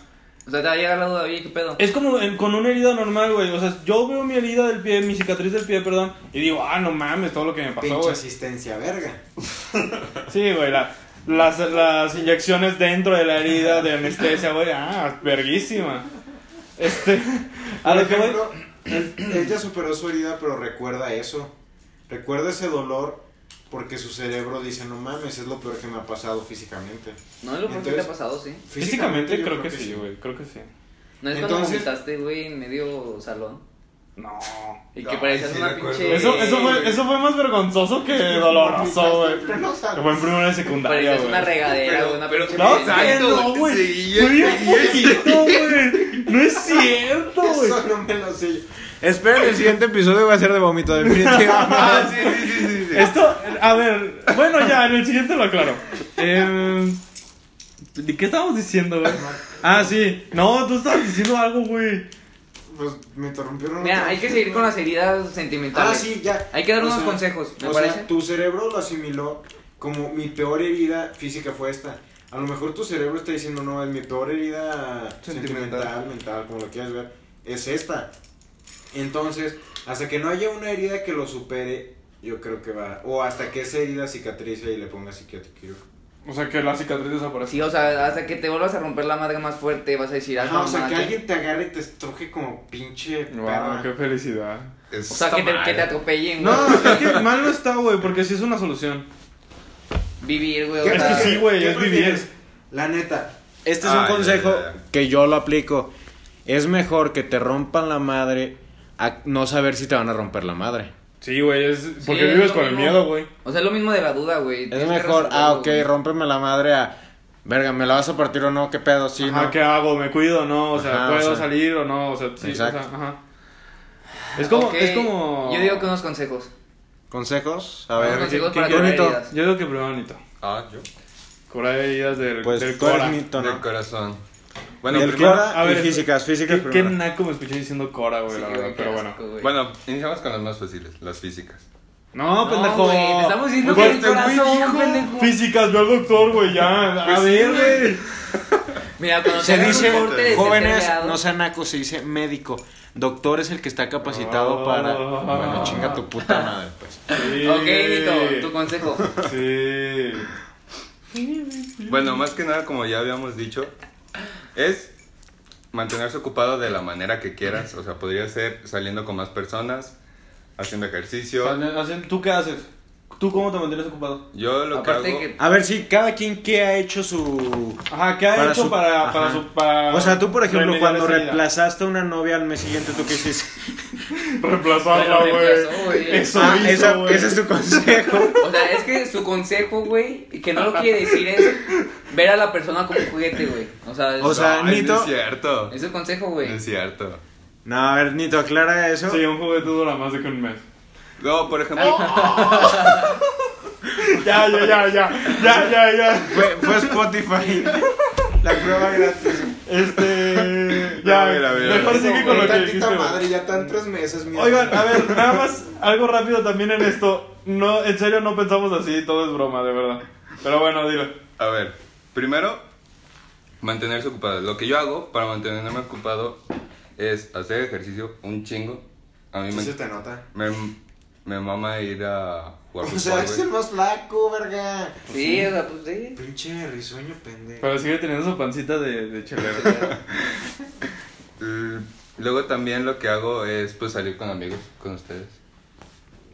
Speaker 1: O sea, te va a llegar la duda, oye, ¿qué pedo?
Speaker 3: Es como en- con una herida normal, güey. O sea, yo veo mi herida del pie, mi cicatriz del pie, perdón, y digo, ah, no mames, todo lo que me pasó,
Speaker 5: Pinche
Speaker 3: güey.
Speaker 5: asistencia, verga.
Speaker 3: Sí, güey, la- las, las inyecciones dentro de la herida de anestesia, güey, ah, verguísima. Este, a
Speaker 5: Por
Speaker 3: lo que voy-
Speaker 5: ejemplo, él- ella superó su herida, pero recuerda eso. Recuerda ese dolor porque su cerebro dice, no mames, es lo peor que me ha pasado físicamente.
Speaker 1: No es lo peor que te
Speaker 5: Entonces-
Speaker 1: ha pasado, sí.
Speaker 3: Físicamente
Speaker 5: yo
Speaker 3: creo que sí, güey, creo que sí.
Speaker 1: No es
Speaker 5: Entonces-
Speaker 1: cuando vomitaste, güey, en medio salón.
Speaker 3: No.
Speaker 1: Y
Speaker 4: Ay,
Speaker 1: que parecías
Speaker 4: sí
Speaker 1: una
Speaker 4: recuerdo.
Speaker 1: pinche.
Speaker 3: Eso, eso, fue, eso fue más vergonzoso que doloroso, güey.
Speaker 5: Pero no sabes.
Speaker 3: Que fue en primera y
Speaker 1: Parecías
Speaker 3: secundaria, güey.
Speaker 1: Pues una regadera,
Speaker 4: Pero-
Speaker 1: güey, una
Speaker 4: pero-
Speaker 1: pinche.
Speaker 3: No,
Speaker 1: regadera.
Speaker 3: cállate, no, güey.
Speaker 4: Seguía,
Speaker 3: Fue bien
Speaker 4: seguía.
Speaker 3: poquito, güey. No es cierto, güey.
Speaker 5: Eso no me lo sé. yo.
Speaker 6: Esperen, el siguiente episodio va a ser de vómito, definitivamente.
Speaker 4: Ah, sí, sí, sí, sí, sí.
Speaker 3: Esto, a ver, bueno, ya, en el siguiente lo aclaro. Eh, ¿De qué estábamos diciendo, güey? Ah, sí. No, tú estabas diciendo algo, güey.
Speaker 5: Pues me interrumpieron.
Speaker 1: Mira,
Speaker 5: otra
Speaker 1: hay que
Speaker 5: vez.
Speaker 1: seguir con las heridas sentimentales.
Speaker 5: Ah, sí, ya.
Speaker 1: Hay que dar
Speaker 5: O
Speaker 1: unos
Speaker 5: sea,
Speaker 1: consejos, ¿me
Speaker 5: o
Speaker 1: parece?
Speaker 5: sea, tu cerebro lo asimiló como mi peor herida física fue esta. A lo mejor tu cerebro está diciendo, no, es mi peor herida
Speaker 4: Sentimental.
Speaker 5: sentimental, mental, como lo quieras ver, es esta. Entonces, hasta que no haya una herida que lo supere, yo creo que va. O hasta que esa herida cicatrice y le ponga psiquiátrico.
Speaker 3: O sea, que la cicatriz desapareció.
Speaker 1: Sí, o sea, hasta que te vuelvas a romper la madre más fuerte, vas a decir "Ah, algo.
Speaker 5: Ajá, o sea,
Speaker 1: mamá,
Speaker 5: que
Speaker 1: que-
Speaker 5: alguien te agarre y te estruje como pinche
Speaker 3: Wow,
Speaker 5: perra.
Speaker 3: qué felicidad.
Speaker 4: Eso
Speaker 1: O sea, que
Speaker 4: está
Speaker 1: te, que te
Speaker 4: mal.
Speaker 1: atropellen, güey.
Speaker 3: No, es que mal no está, güey, porque sí es una solución.
Speaker 1: Vivir, güey. o
Speaker 5: ¿Qué
Speaker 3: Es que
Speaker 1: sea,
Speaker 5: prefieres?
Speaker 3: sí, güey,
Speaker 5: ¿Qué
Speaker 3: es vivir.
Speaker 5: prefieres? La neta,
Speaker 6: Este es un
Speaker 4: Ah, ya,
Speaker 6: consejo
Speaker 4: ya, ya.
Speaker 6: que yo lo aplico. Es mejor que te rompan la madre a no saber si te van a romper la madre.
Speaker 3: Sí, güey, es
Speaker 1: sí,
Speaker 3: porque
Speaker 1: es
Speaker 3: vives
Speaker 1: lo
Speaker 3: con el
Speaker 1: mismo.
Speaker 3: miedo, güey.
Speaker 1: O sea, es lo mismo de la duda, güey.
Speaker 6: Es
Speaker 1: Tienes que
Speaker 6: mejor,
Speaker 1: resolverlo,
Speaker 6: ah, ok,
Speaker 1: güey.
Speaker 6: rómpeme la madre a... Verga, ¿me la vas a partir o no? ¿Qué pedo? Sí,
Speaker 3: Ajá,
Speaker 6: no.
Speaker 3: ¿qué hago? ¿Me cuido o no? O sea,
Speaker 6: Ajá, o
Speaker 3: ¿puedo
Speaker 6: sea.
Speaker 3: salir o no? O sea, sí,
Speaker 6: Exacto.
Speaker 3: o sea, ajá. Es como,
Speaker 1: Ok,
Speaker 3: es como...
Speaker 1: Yo digo que unos consejos.
Speaker 6: ¿Consejos? A
Speaker 1: Unos
Speaker 6: ver.
Speaker 1: consejos
Speaker 3: ¿quién-
Speaker 1: para
Speaker 3: quién-
Speaker 1: curar
Speaker 6: Benito?
Speaker 1: heridas.
Speaker 3: Yo digo que primero bonito.
Speaker 4: Ah, yo.
Speaker 3: Curar heridas del, del
Speaker 6: Pues tú eres
Speaker 3: cora.
Speaker 6: mito,
Speaker 4: Del
Speaker 6: ¿no?
Speaker 4: corazón.
Speaker 6: Bueno,
Speaker 4: Bueno,
Speaker 6: el
Speaker 4: primero,
Speaker 6: Cora
Speaker 3: A ver,
Speaker 6: y físicas, físicas
Speaker 3: Qué, qué
Speaker 6: primero.
Speaker 3: naco me escuché diciendo Cora, güey,
Speaker 1: Sí,
Speaker 3: la
Speaker 1: güey,
Speaker 3: verdad,
Speaker 1: qué
Speaker 3: pero bueno.
Speaker 1: asco, güey.
Speaker 4: bueno, iniciamos con las más fáciles, las físicas.
Speaker 3: No,
Speaker 1: No,
Speaker 3: pendejo.
Speaker 1: güey, te estamos diciendo que
Speaker 3: Güey,
Speaker 1: el
Speaker 3: este güey
Speaker 1: corazón,
Speaker 3: dijo,
Speaker 1: pendejo.
Speaker 3: Físicas, ve al doctor, güey, ya. A ver, güey.
Speaker 1: Mira, cuando
Speaker 6: Se
Speaker 1: te hagan
Speaker 6: dice,
Speaker 1: un corte de
Speaker 6: jóvenes,
Speaker 1: determinado-
Speaker 6: no sean nacos, se dice médico. Doctor es el que está capacitado
Speaker 3: Oh.
Speaker 6: para... Bueno, chinga tu puta madre, pues.
Speaker 3: Sí.
Speaker 1: Ok, Nito, tu consejo.
Speaker 3: Sí.
Speaker 4: Bueno, más que nada, como ya habíamos dicho, es mantenerse ocupado de la manera que quieras. O sea, podría ser saliendo con más personas, haciendo ejercicio.
Speaker 3: Hacen- ¿Tú qué haces? ¿Tú cómo te mantienes ocupado?
Speaker 4: Yo lo que hago...
Speaker 1: Aparte que-
Speaker 6: A ver, sí, cada quien qué ha hecho su...
Speaker 3: Ajá, ¿qué ha
Speaker 6: Para
Speaker 3: hecho
Speaker 6: su-
Speaker 3: para, para,
Speaker 6: ajá.
Speaker 3: su, para.
Speaker 6: O sea, tú, por ejemplo,
Speaker 3: remediar
Speaker 6: cuando
Speaker 3: esa herida?
Speaker 6: reemplazaste a una novia al mes siguiente, ¿tú qué hiciste?
Speaker 3: Reemplazarla,
Speaker 1: Pero reemplazó,
Speaker 3: güey.
Speaker 1: güey.
Speaker 3: Eso
Speaker 6: Ah,
Speaker 3: hizo,
Speaker 6: esa-
Speaker 3: güey.
Speaker 6: ese es tu consejo.
Speaker 1: O sea, es que su consejo, güey, y que no lo quiere decir es ver a la persona como un juguete, güey. O sea, es,
Speaker 6: O sea,
Speaker 4: Ay,
Speaker 6: Nito-
Speaker 4: No es cierto.
Speaker 1: es el consejo,
Speaker 4: No
Speaker 1: güey.
Speaker 4: es cierto.
Speaker 6: No, a ver, Nito, aclara eso.
Speaker 3: Sí, un juguete dura más de que un mes.
Speaker 4: No, por ejemplo...
Speaker 3: Ya, ya, ya, ya. Ya, ya, ya.
Speaker 6: Fue, fue Spotify.
Speaker 5: la prueba gratis.
Speaker 3: Este. Ya,
Speaker 4: A ver, a ver, a
Speaker 3: mejor
Speaker 4: ver.
Speaker 3: sigue con lo que
Speaker 5: Tantita
Speaker 3: dijiste. güey.
Speaker 5: madre, ya están tres meses, mira.
Speaker 3: Oigan, a ver, nada más algo rápido también en esto. No, en serio no pensamos así, todo es broma, de verdad. Pero bueno, dilo.
Speaker 4: A ver, primero, mantenerse ocupado. Lo que yo hago para mantenerme ocupado es hacer ejercicio un chingo. A mí
Speaker 5: Sí
Speaker 4: me,
Speaker 5: se te nota.
Speaker 4: me, me mama ir a jugar
Speaker 5: O sea,
Speaker 4: fútbol,
Speaker 5: es el
Speaker 4: güey.
Speaker 5: más flaco, verga.
Speaker 1: Sí, o sea, pues sí.
Speaker 5: Pinche risueño pendejo.
Speaker 3: Pero sigue teniendo su pancita de, de chelero.
Speaker 4: Eh, Luego también lo que hago es pues salir con amigos, con ustedes.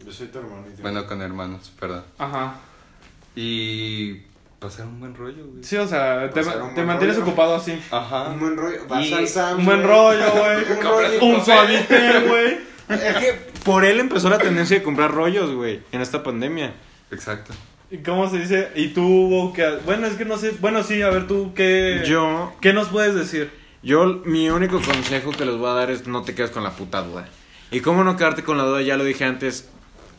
Speaker 5: Yo soy tu hermano. y yo-
Speaker 4: Bueno, con hermanos, perdón.
Speaker 3: Ajá.
Speaker 4: Y pasar un buen rollo, güey.
Speaker 3: Sí, o sea, te,
Speaker 5: Pasar Pues un
Speaker 3: te
Speaker 5: buen
Speaker 3: mantienes
Speaker 5: rollo.
Speaker 3: ocupado así.
Speaker 4: Ajá.
Speaker 5: Un buen rollo. Vas
Speaker 1: Y
Speaker 5: al Sam's,
Speaker 3: Un buen
Speaker 5: güey.
Speaker 3: rollo, güey.
Speaker 5: Un rollo.
Speaker 3: Un suavite, güey.
Speaker 5: Es que
Speaker 6: Por él empezó la tendencia de comprar rollos, güey, en esta pandemia.
Speaker 4: Exacto.
Speaker 3: ¿Y ¿Cómo se dice? ¿Y tú, Hugo, qué ha- Bueno, es que no sé. Bueno, sí, a ver, tú, ¿qué,
Speaker 6: Yo,
Speaker 3: ¿qué nos puedes decir?
Speaker 6: yo, mi único consejo que les voy a dar es no te quedes con la puta duda. Y cómo no quedarte con la duda, ya lo dije antes,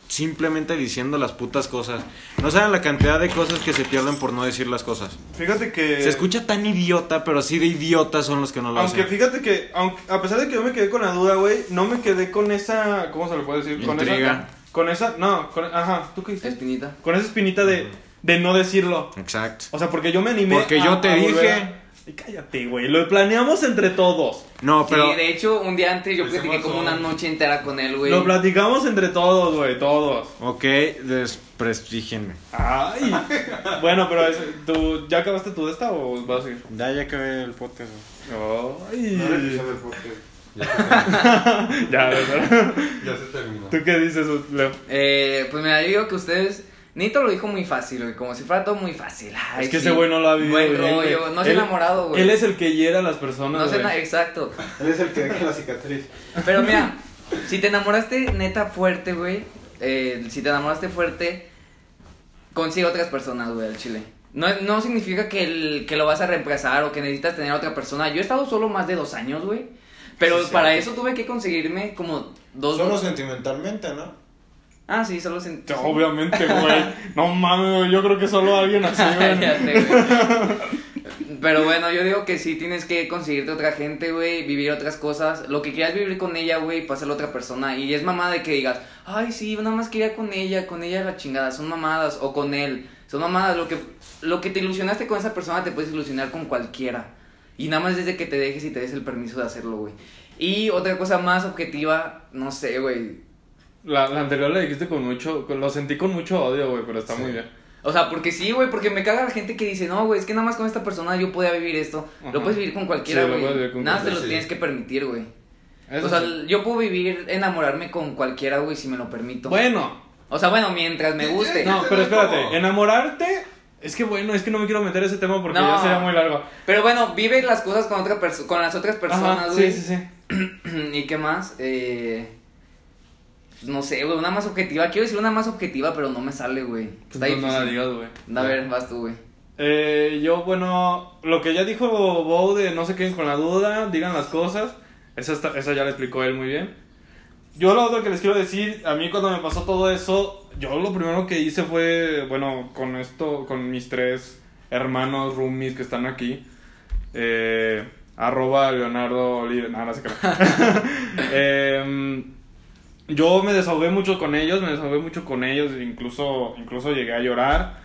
Speaker 6: simplemente diciendo las putas cosas. No saben la cantidad de cosas que se pierden por no decir las cosas.
Speaker 3: Fíjate que.
Speaker 6: Se escucha tan idiota, pero así de idiotas son los que no lo
Speaker 3: Aunque
Speaker 6: hacen.
Speaker 3: fíjate que, aunque, a pesar de que yo me quedé con la duda, güey, no me quedé con esa. ¿Cómo se le puede decir? Con
Speaker 6: Intriga.
Speaker 3: esa. Con esa. No, con, ajá, ¿tú qué dijiste?
Speaker 1: Espinita.
Speaker 3: Con esa espinita de, de no decirlo.
Speaker 6: Exacto.
Speaker 3: O sea, porque yo me animé.
Speaker 6: Porque yo te
Speaker 3: volver
Speaker 6: dije.
Speaker 3: a- Y cállate, güey. Lo planeamos entre todos.
Speaker 6: No, pero.
Speaker 1: Sí, de hecho, un día antes yo
Speaker 4: Pues
Speaker 1: platiqué
Speaker 4: hicimos
Speaker 1: como
Speaker 4: un-
Speaker 1: una noche entera con él, güey.
Speaker 3: Lo platicamos entre todos, güey. Todos.
Speaker 6: Ok, desprestígenme.
Speaker 3: Ay. bueno, pero es- ¿tú ya acabaste tú de esta o vas a ir?
Speaker 6: Ya, ya acabé el podcast.
Speaker 5: No
Speaker 3: Ay.
Speaker 5: regresaba el podcast.
Speaker 3: ya, ¿verdad?
Speaker 4: Ya se terminó.
Speaker 3: ¿Tú qué dices, Leo?
Speaker 1: Eh, pues mira, yo digo que ustedes. Nito lo dijo muy fácil, güey. Como si fuera todo muy fácil. Ay,
Speaker 3: es que
Speaker 1: sí.
Speaker 3: ese güey no lo ha vivido.
Speaker 1: Buen
Speaker 3: güey.
Speaker 1: rollo. No se ha
Speaker 3: Él-
Speaker 1: enamorado, güey.
Speaker 3: Él es el que hiera a las personas.
Speaker 1: No sé
Speaker 3: güey.
Speaker 1: nada, exacto.
Speaker 5: Él es el que deja la cicatriz.
Speaker 1: Pero mira, si te enamoraste neta fuerte, güey. eh, si te enamoraste fuerte, consigue otras personas, güey, al chile. No, no significa que, el- que lo vas a reemplazar o que necesitas tener a otra persona. Yo he estado solo más de dos años, güey. Pero
Speaker 5: Sí, sí.
Speaker 1: para eso tuve que conseguirme como dos.
Speaker 5: Solo sentimentalmente, ¿no?
Speaker 1: Ah, sí, solo en.
Speaker 3: No, Obviamente, Este güey. No mames, güey, yo creo que solo alguien así, güey.
Speaker 1: Ya sé, güey. Pero bueno, yo digo que sí tienes que conseguirte otra gente, güey, vivir otras cosas. Lo que quieras vivir con ella, güey, pásalo a otra persona. Y es mamada de que digas, ay, sí, nada más quería con ella, con ella la chingada, son mamadas, o con él, son mamadas. Lo que, lo que te ilusionaste con esa persona te puedes ilusionar con cualquiera. Y nada más desde que te dejes y te des el permiso de hacerlo, güey. Y otra cosa más objetiva, no sé, güey.
Speaker 3: La, la anterior la dijiste con mucho. con- Lo sentí con mucho odio, güey, pero está muy bien.
Speaker 1: O sea, porque sí, güey, porque me caga la gente que dice, no, güey, es que nada más con esta persona yo podía vivir esto.
Speaker 3: Ajá.
Speaker 1: Lo puedes vivir con cualquiera,
Speaker 3: Sí, lo
Speaker 1: güey.
Speaker 3: puedes vivir con
Speaker 1: nada más te lo
Speaker 4: cualquiera,
Speaker 1: tienes
Speaker 4: sí.
Speaker 1: que permitir, güey.
Speaker 3: Eso
Speaker 1: o sea,
Speaker 3: sí.
Speaker 1: yo puedo vivir, enamorarme con cualquiera, güey, si me lo permito.
Speaker 3: Bueno,
Speaker 1: O sea, bueno, mientras me guste.
Speaker 3: no,
Speaker 4: Este
Speaker 3: pero
Speaker 4: no es como-
Speaker 3: espérate. Enamorarte. Es que bueno, es que no me quiero meter ese tema porque
Speaker 1: No.
Speaker 3: ya sería muy largo.
Speaker 1: Pero bueno, vive las cosas con, otra perso- con las otras
Speaker 3: Ajá,
Speaker 1: personas,
Speaker 3: sí,
Speaker 1: güey.
Speaker 3: sí, sí.
Speaker 1: ¿Y qué más? Eh, pues, no sé, güey, una más objetiva. Quiero decir una más objetiva, pero no me sale, güey. Está
Speaker 3: Pues no, no la
Speaker 1: difícil.
Speaker 3: digas, güey.
Speaker 1: A ver, vas tú, güey.
Speaker 3: Eh, yo, bueno, lo que ya dijo Bow de no se queden con la duda, digan las cosas, esa, está- esa ya la explicó él muy bien. Yo lo otro que les quiero decir, a mí cuando me pasó todo eso, yo lo primero que hice fue, bueno, con esto, con mis tres hermanos roomies que están aquí, eh, arroba Leonardo Oliver, nada, no se crean. Em, yo me desahogué mucho con ellos, me desahogué mucho con ellos, incluso, incluso llegué a llorar.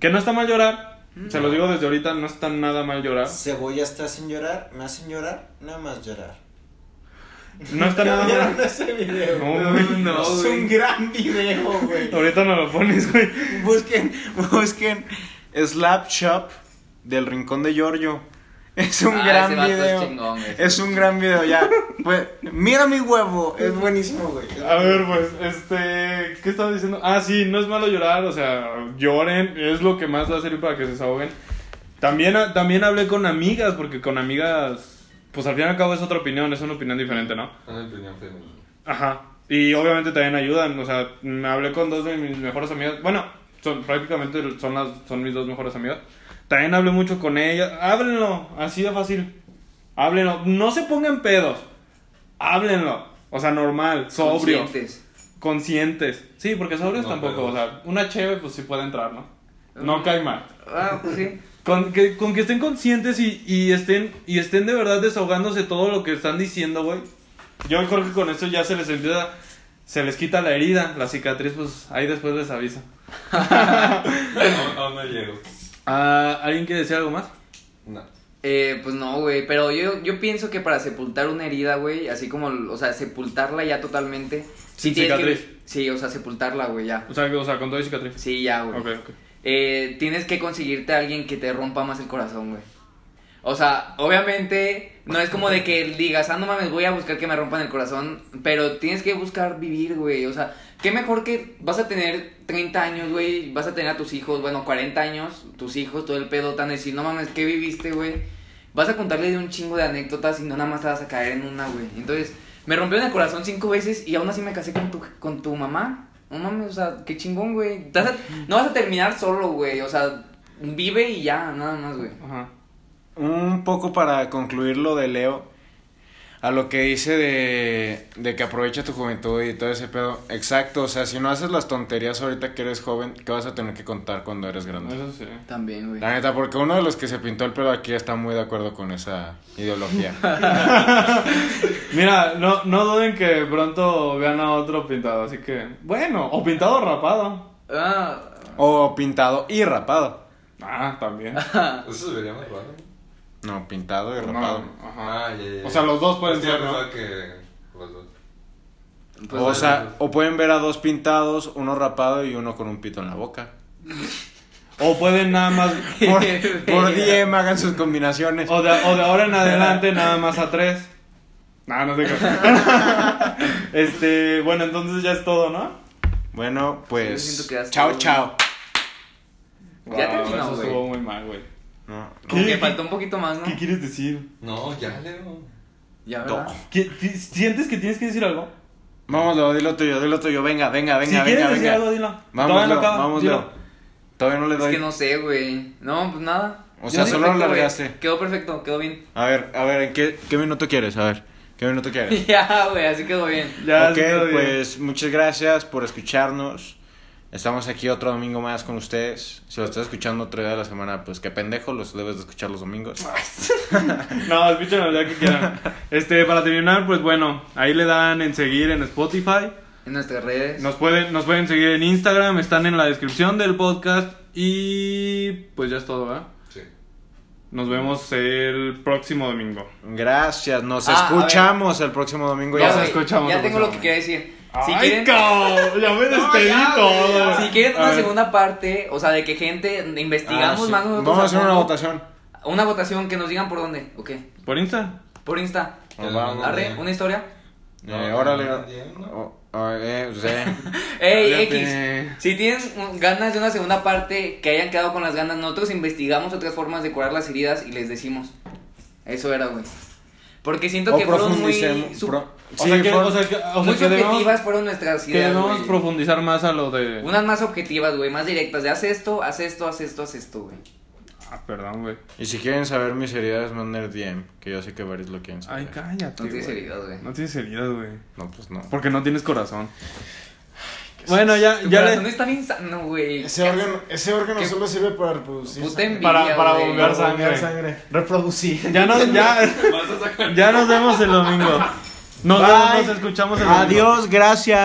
Speaker 3: Que no está mal llorar, se los digo desde ahorita, no está nada mal llorar.
Speaker 5: Cebolla está sin llorar, me hacen llorar, nada más llorar.
Speaker 3: No está nada mal.
Speaker 5: ¿Vieron ese video?
Speaker 3: No, güey, no,
Speaker 5: es
Speaker 3: güey.
Speaker 5: un gran video, güey.
Speaker 3: Ahorita no lo pones, güey.
Speaker 6: Busquen, busquen Slap Shop del Rincón de Giorgio. Es un
Speaker 1: Ah, ese
Speaker 6: gran
Speaker 1: vato es
Speaker 6: video.
Speaker 1: chingón, güey.
Speaker 6: es un gran video, ya. Pues, mira mi huevo.
Speaker 5: Es buenísimo, güey.
Speaker 3: A ver, pues, este, ¿qué estaba diciendo? Ah, sí, no es malo llorar, o sea, lloren, es lo que más va a servir para que se desahoguen. También, también hablé con amigas, porque con amigas, pues al fin y al cabo es otra opinión, es una opinión diferente, ¿no?
Speaker 4: Una opinión femenina.
Speaker 3: Ajá. Y obviamente también ayudan, o sea, me hablé con dos de mis mejores amigas, bueno, son prácticamente son las son mis dos mejores amigas. También hablé mucho con ellas. Háblenlo, así de fácil. Háblenlo, no se pongan pedos. Háblenlo, o sea, normal, sobrio, conscientes.
Speaker 1: Conscientes.
Speaker 3: Sí, porque sobrios
Speaker 4: No,
Speaker 3: tampoco,
Speaker 4: pero-
Speaker 3: o sea, una cheve pues sí puede entrar, ¿no? No
Speaker 1: Mm.
Speaker 3: cae mal.
Speaker 1: Ah, pues sí.
Speaker 3: Con que, con que estén conscientes y, y estén y estén de verdad desahogándose todo lo que están diciendo, güey. Yo creo que con esto ya se les empieza, se les quita la herida, la cicatriz, pues ahí después les aviso.
Speaker 4: Aún aún no llego.
Speaker 3: Ah, ¿Alguien quiere decir algo más?
Speaker 4: No.
Speaker 1: Eh, pues no, güey, pero yo, yo pienso que para sepultar una herida, güey, así como, o sea, sepultarla ya totalmente.
Speaker 3: Sin
Speaker 1: tienes
Speaker 3: cicatriz.
Speaker 1: Que, sí, o sea, sepultarla, güey, ya.
Speaker 3: O sea, que- o sea con todo y cicatriz.
Speaker 1: Sí, ya, güey.
Speaker 3: Ok, ok.
Speaker 1: Eh, tienes que conseguirte a alguien que te rompa más el corazón, güey. O sea, obviamente no es como de que digas, ah, no mames, voy a buscar que me rompan el corazón, pero tienes que buscar vivir, güey. O sea, qué mejor que vas a tener 30 años, güey, vas a tener a tus hijos, bueno, 40 años, tus hijos, todo el pedo, tan decir, no mames, ¿qué viviste, güey? Vas a contarle de un chingo de anécdotas y no nada más te vas a caer en una, güey. Entonces, me rompieron el corazón cinco veces y aún así me casé con tu, con tu mamá. No mames, o sea, qué chingón, güey. Te vas a- No vas a terminar solo, güey. O sea, vive y ya, nada más, güey.
Speaker 3: Ajá.
Speaker 6: Un poco para concluir lo de Leo. A lo que dice de, de que aprovecha tu juventud y todo ese pedo. Exacto, o sea, si no haces las tonterías ahorita que eres joven, ¿qué vas a tener que contar cuando eres grande?
Speaker 3: Eso sí.
Speaker 1: También, güey.
Speaker 6: La neta, porque uno de los que se pintó el pelo aquí está muy de acuerdo con esa ideología.
Speaker 3: Mira, no, no duden que pronto vean a otro pintado, así que. Bueno, o pintado o rapado.
Speaker 1: Ah,
Speaker 6: o pintado y rapado.
Speaker 3: Ah, también.
Speaker 4: Eso se vería más raro.
Speaker 6: No, pintado y rapado.
Speaker 3: No, ajá.
Speaker 4: Ah, ya, Pues ya, ya.
Speaker 3: O sea, los dos pueden
Speaker 4: Hostia,
Speaker 3: ser, Pues ¿no?
Speaker 4: pensaba que los dos.
Speaker 1: Pues,
Speaker 6: o sea, o pueden ver a dos pintados, uno rapado y uno con un pito en la boca.
Speaker 3: O pueden nada más.
Speaker 6: Por, por DM hagan sus combinaciones.
Speaker 3: O de, o de ahora en adelante, nada más a tres. No, no te creas. Este, bueno, entonces ya es todo, ¿no?
Speaker 6: Bueno,
Speaker 1: Sí, siento
Speaker 6: pues.
Speaker 1: que ya está,
Speaker 6: chao,
Speaker 1: güey.
Speaker 6: chao.
Speaker 1: Ya terminó,
Speaker 3: Eso
Speaker 1: güey.
Speaker 3: estuvo muy mal, güey.
Speaker 6: No, no.
Speaker 1: Como
Speaker 3: ¿Qué?
Speaker 1: que faltó un poquito
Speaker 6: Ah.
Speaker 1: más, ¿no?
Speaker 3: ¿Qué quieres decir?
Speaker 4: No, ya leo.
Speaker 1: Ya, ¿verdad?
Speaker 6: No.
Speaker 3: ¿Qué- ti- ¿Sientes que tienes que decir algo?
Speaker 6: Vamos, Leo, dilo tuyo, dilo tuyo. Venga, venga, venga,
Speaker 3: si quieres
Speaker 6: venga,
Speaker 3: decir
Speaker 6: venga.
Speaker 3: algo, dilo. Todavía
Speaker 6: Vamos,
Speaker 3: no
Speaker 6: Leo,
Speaker 3: acaba,
Speaker 6: vamos,
Speaker 3: dilo.
Speaker 6: Leo. Todavía no le
Speaker 1: Es
Speaker 6: doy.
Speaker 1: que no sé, güey. No, pues nada.
Speaker 6: O sea,
Speaker 1: Quedó
Speaker 6: solo
Speaker 1: perfecto, güey.
Speaker 6: alargaste.
Speaker 1: Quedó perfecto, quedó bien.
Speaker 6: A ver, a ver, ¿en qué, qué minuto quieres? A ver, ¿qué minuto quieres?
Speaker 1: ya, güey, así quedó bien.
Speaker 3: Ya,
Speaker 6: ok,
Speaker 3: sí, todo bien.
Speaker 6: pues muchas gracias por escucharnos. Estamos aquí otro domingo más con ustedes. Si lo estás escuchando otro día de la semana, pues qué pendejo, los debes de escuchar los domingos.
Speaker 3: No, escúchenlo ya que quieran. Este, para terminar, pues bueno, ahí le dan en seguir en Spotify.
Speaker 1: En nuestras redes.
Speaker 3: Nos pueden, nos pueden seguir en Instagram, están en la descripción del podcast. Y pues ya es todo, ¿verdad?
Speaker 4: Sí.
Speaker 3: Nos vemos el próximo domingo.
Speaker 6: Gracias, nos
Speaker 1: Ah, a ver.
Speaker 6: escuchamos el próximo domingo.
Speaker 1: Ya,
Speaker 6: Ya
Speaker 1: güey,
Speaker 6: sabes.
Speaker 3: escuchamos,
Speaker 1: ya
Speaker 3: nos
Speaker 1: tengo lo
Speaker 3: escuchamos.
Speaker 1: que quería decir. Si
Speaker 3: ¡Ay,
Speaker 1: quieren,
Speaker 3: cabrón! Ya me despedí todo.
Speaker 1: si quieren
Speaker 3: A
Speaker 1: una
Speaker 3: ver.
Speaker 1: segunda parte, o sea, de que gente investigamos
Speaker 6: Ah, sí.
Speaker 1: más nosotros
Speaker 6: Vamos a hacer una
Speaker 1: fondo.
Speaker 6: votación.
Speaker 1: Una votación que nos digan por dónde, ¿ok?
Speaker 3: ¿Por Insta?
Speaker 1: Por Insta.
Speaker 4: Que
Speaker 6: vamos,
Speaker 4: lo
Speaker 1: Arre,
Speaker 4: manden.
Speaker 1: una historia.
Speaker 4: No,
Speaker 6: Eh, órale.
Speaker 4: no, no, no.
Speaker 6: Oh, oh, eh, sí.
Speaker 1: Ey,
Speaker 3: Órale,
Speaker 1: X. Si tienen mm, ganas de una segunda parte, que hayan quedado con las ganas, nosotros investigamos otras formas de curar las heridas y les decimos. Eso era, güey. Porque
Speaker 3: Oh,
Speaker 1: siento
Speaker 6: O
Speaker 1: que fueron muy.
Speaker 6: Oh, profundicemos,
Speaker 1: sub-
Speaker 6: pro-
Speaker 3: O
Speaker 6: sí,
Speaker 3: sea que,
Speaker 6: fueron-
Speaker 3: o sea que, o sea
Speaker 1: muy
Speaker 3: que debemos,
Speaker 1: subjetivas fueron nuestras
Speaker 3: que
Speaker 1: ideas.
Speaker 3: debemos
Speaker 1: güey.
Speaker 3: profundizar más a lo de...
Speaker 1: Unas más objetivas, güey, más directas. De haz esto, haz esto, haz esto, haz esto, güey.
Speaker 3: Ah, perdón, güey.
Speaker 6: Y si quieren saber mis heridas, manden el DM, que yo sé que varios lo quieren saber.
Speaker 3: Ay, cállate,
Speaker 1: No tienes
Speaker 3: güey.
Speaker 1: heridas, güey.
Speaker 3: No tienes heridas, güey.
Speaker 6: No, pues no.
Speaker 3: Porque no tienes corazón. Bueno, ya,
Speaker 1: Tu
Speaker 3: ya
Speaker 1: corazón
Speaker 3: le...
Speaker 1: está bien sano, güey.
Speaker 5: Ese órgano, ese órgano
Speaker 1: ¿Qué?
Speaker 5: solo sirve para reproducir.
Speaker 1: Puta
Speaker 5: sangre.
Speaker 1: envidia,
Speaker 3: Para, para
Speaker 1: güey.
Speaker 3: bombear sangre.
Speaker 5: sangre. Reproducir.
Speaker 3: Ya nos, ya,
Speaker 4: Vas a sacar.
Speaker 3: ya nos vemos el domingo. Nos,
Speaker 6: Bye.
Speaker 3: nos escuchamos el domingo.
Speaker 6: Adiós, gracias.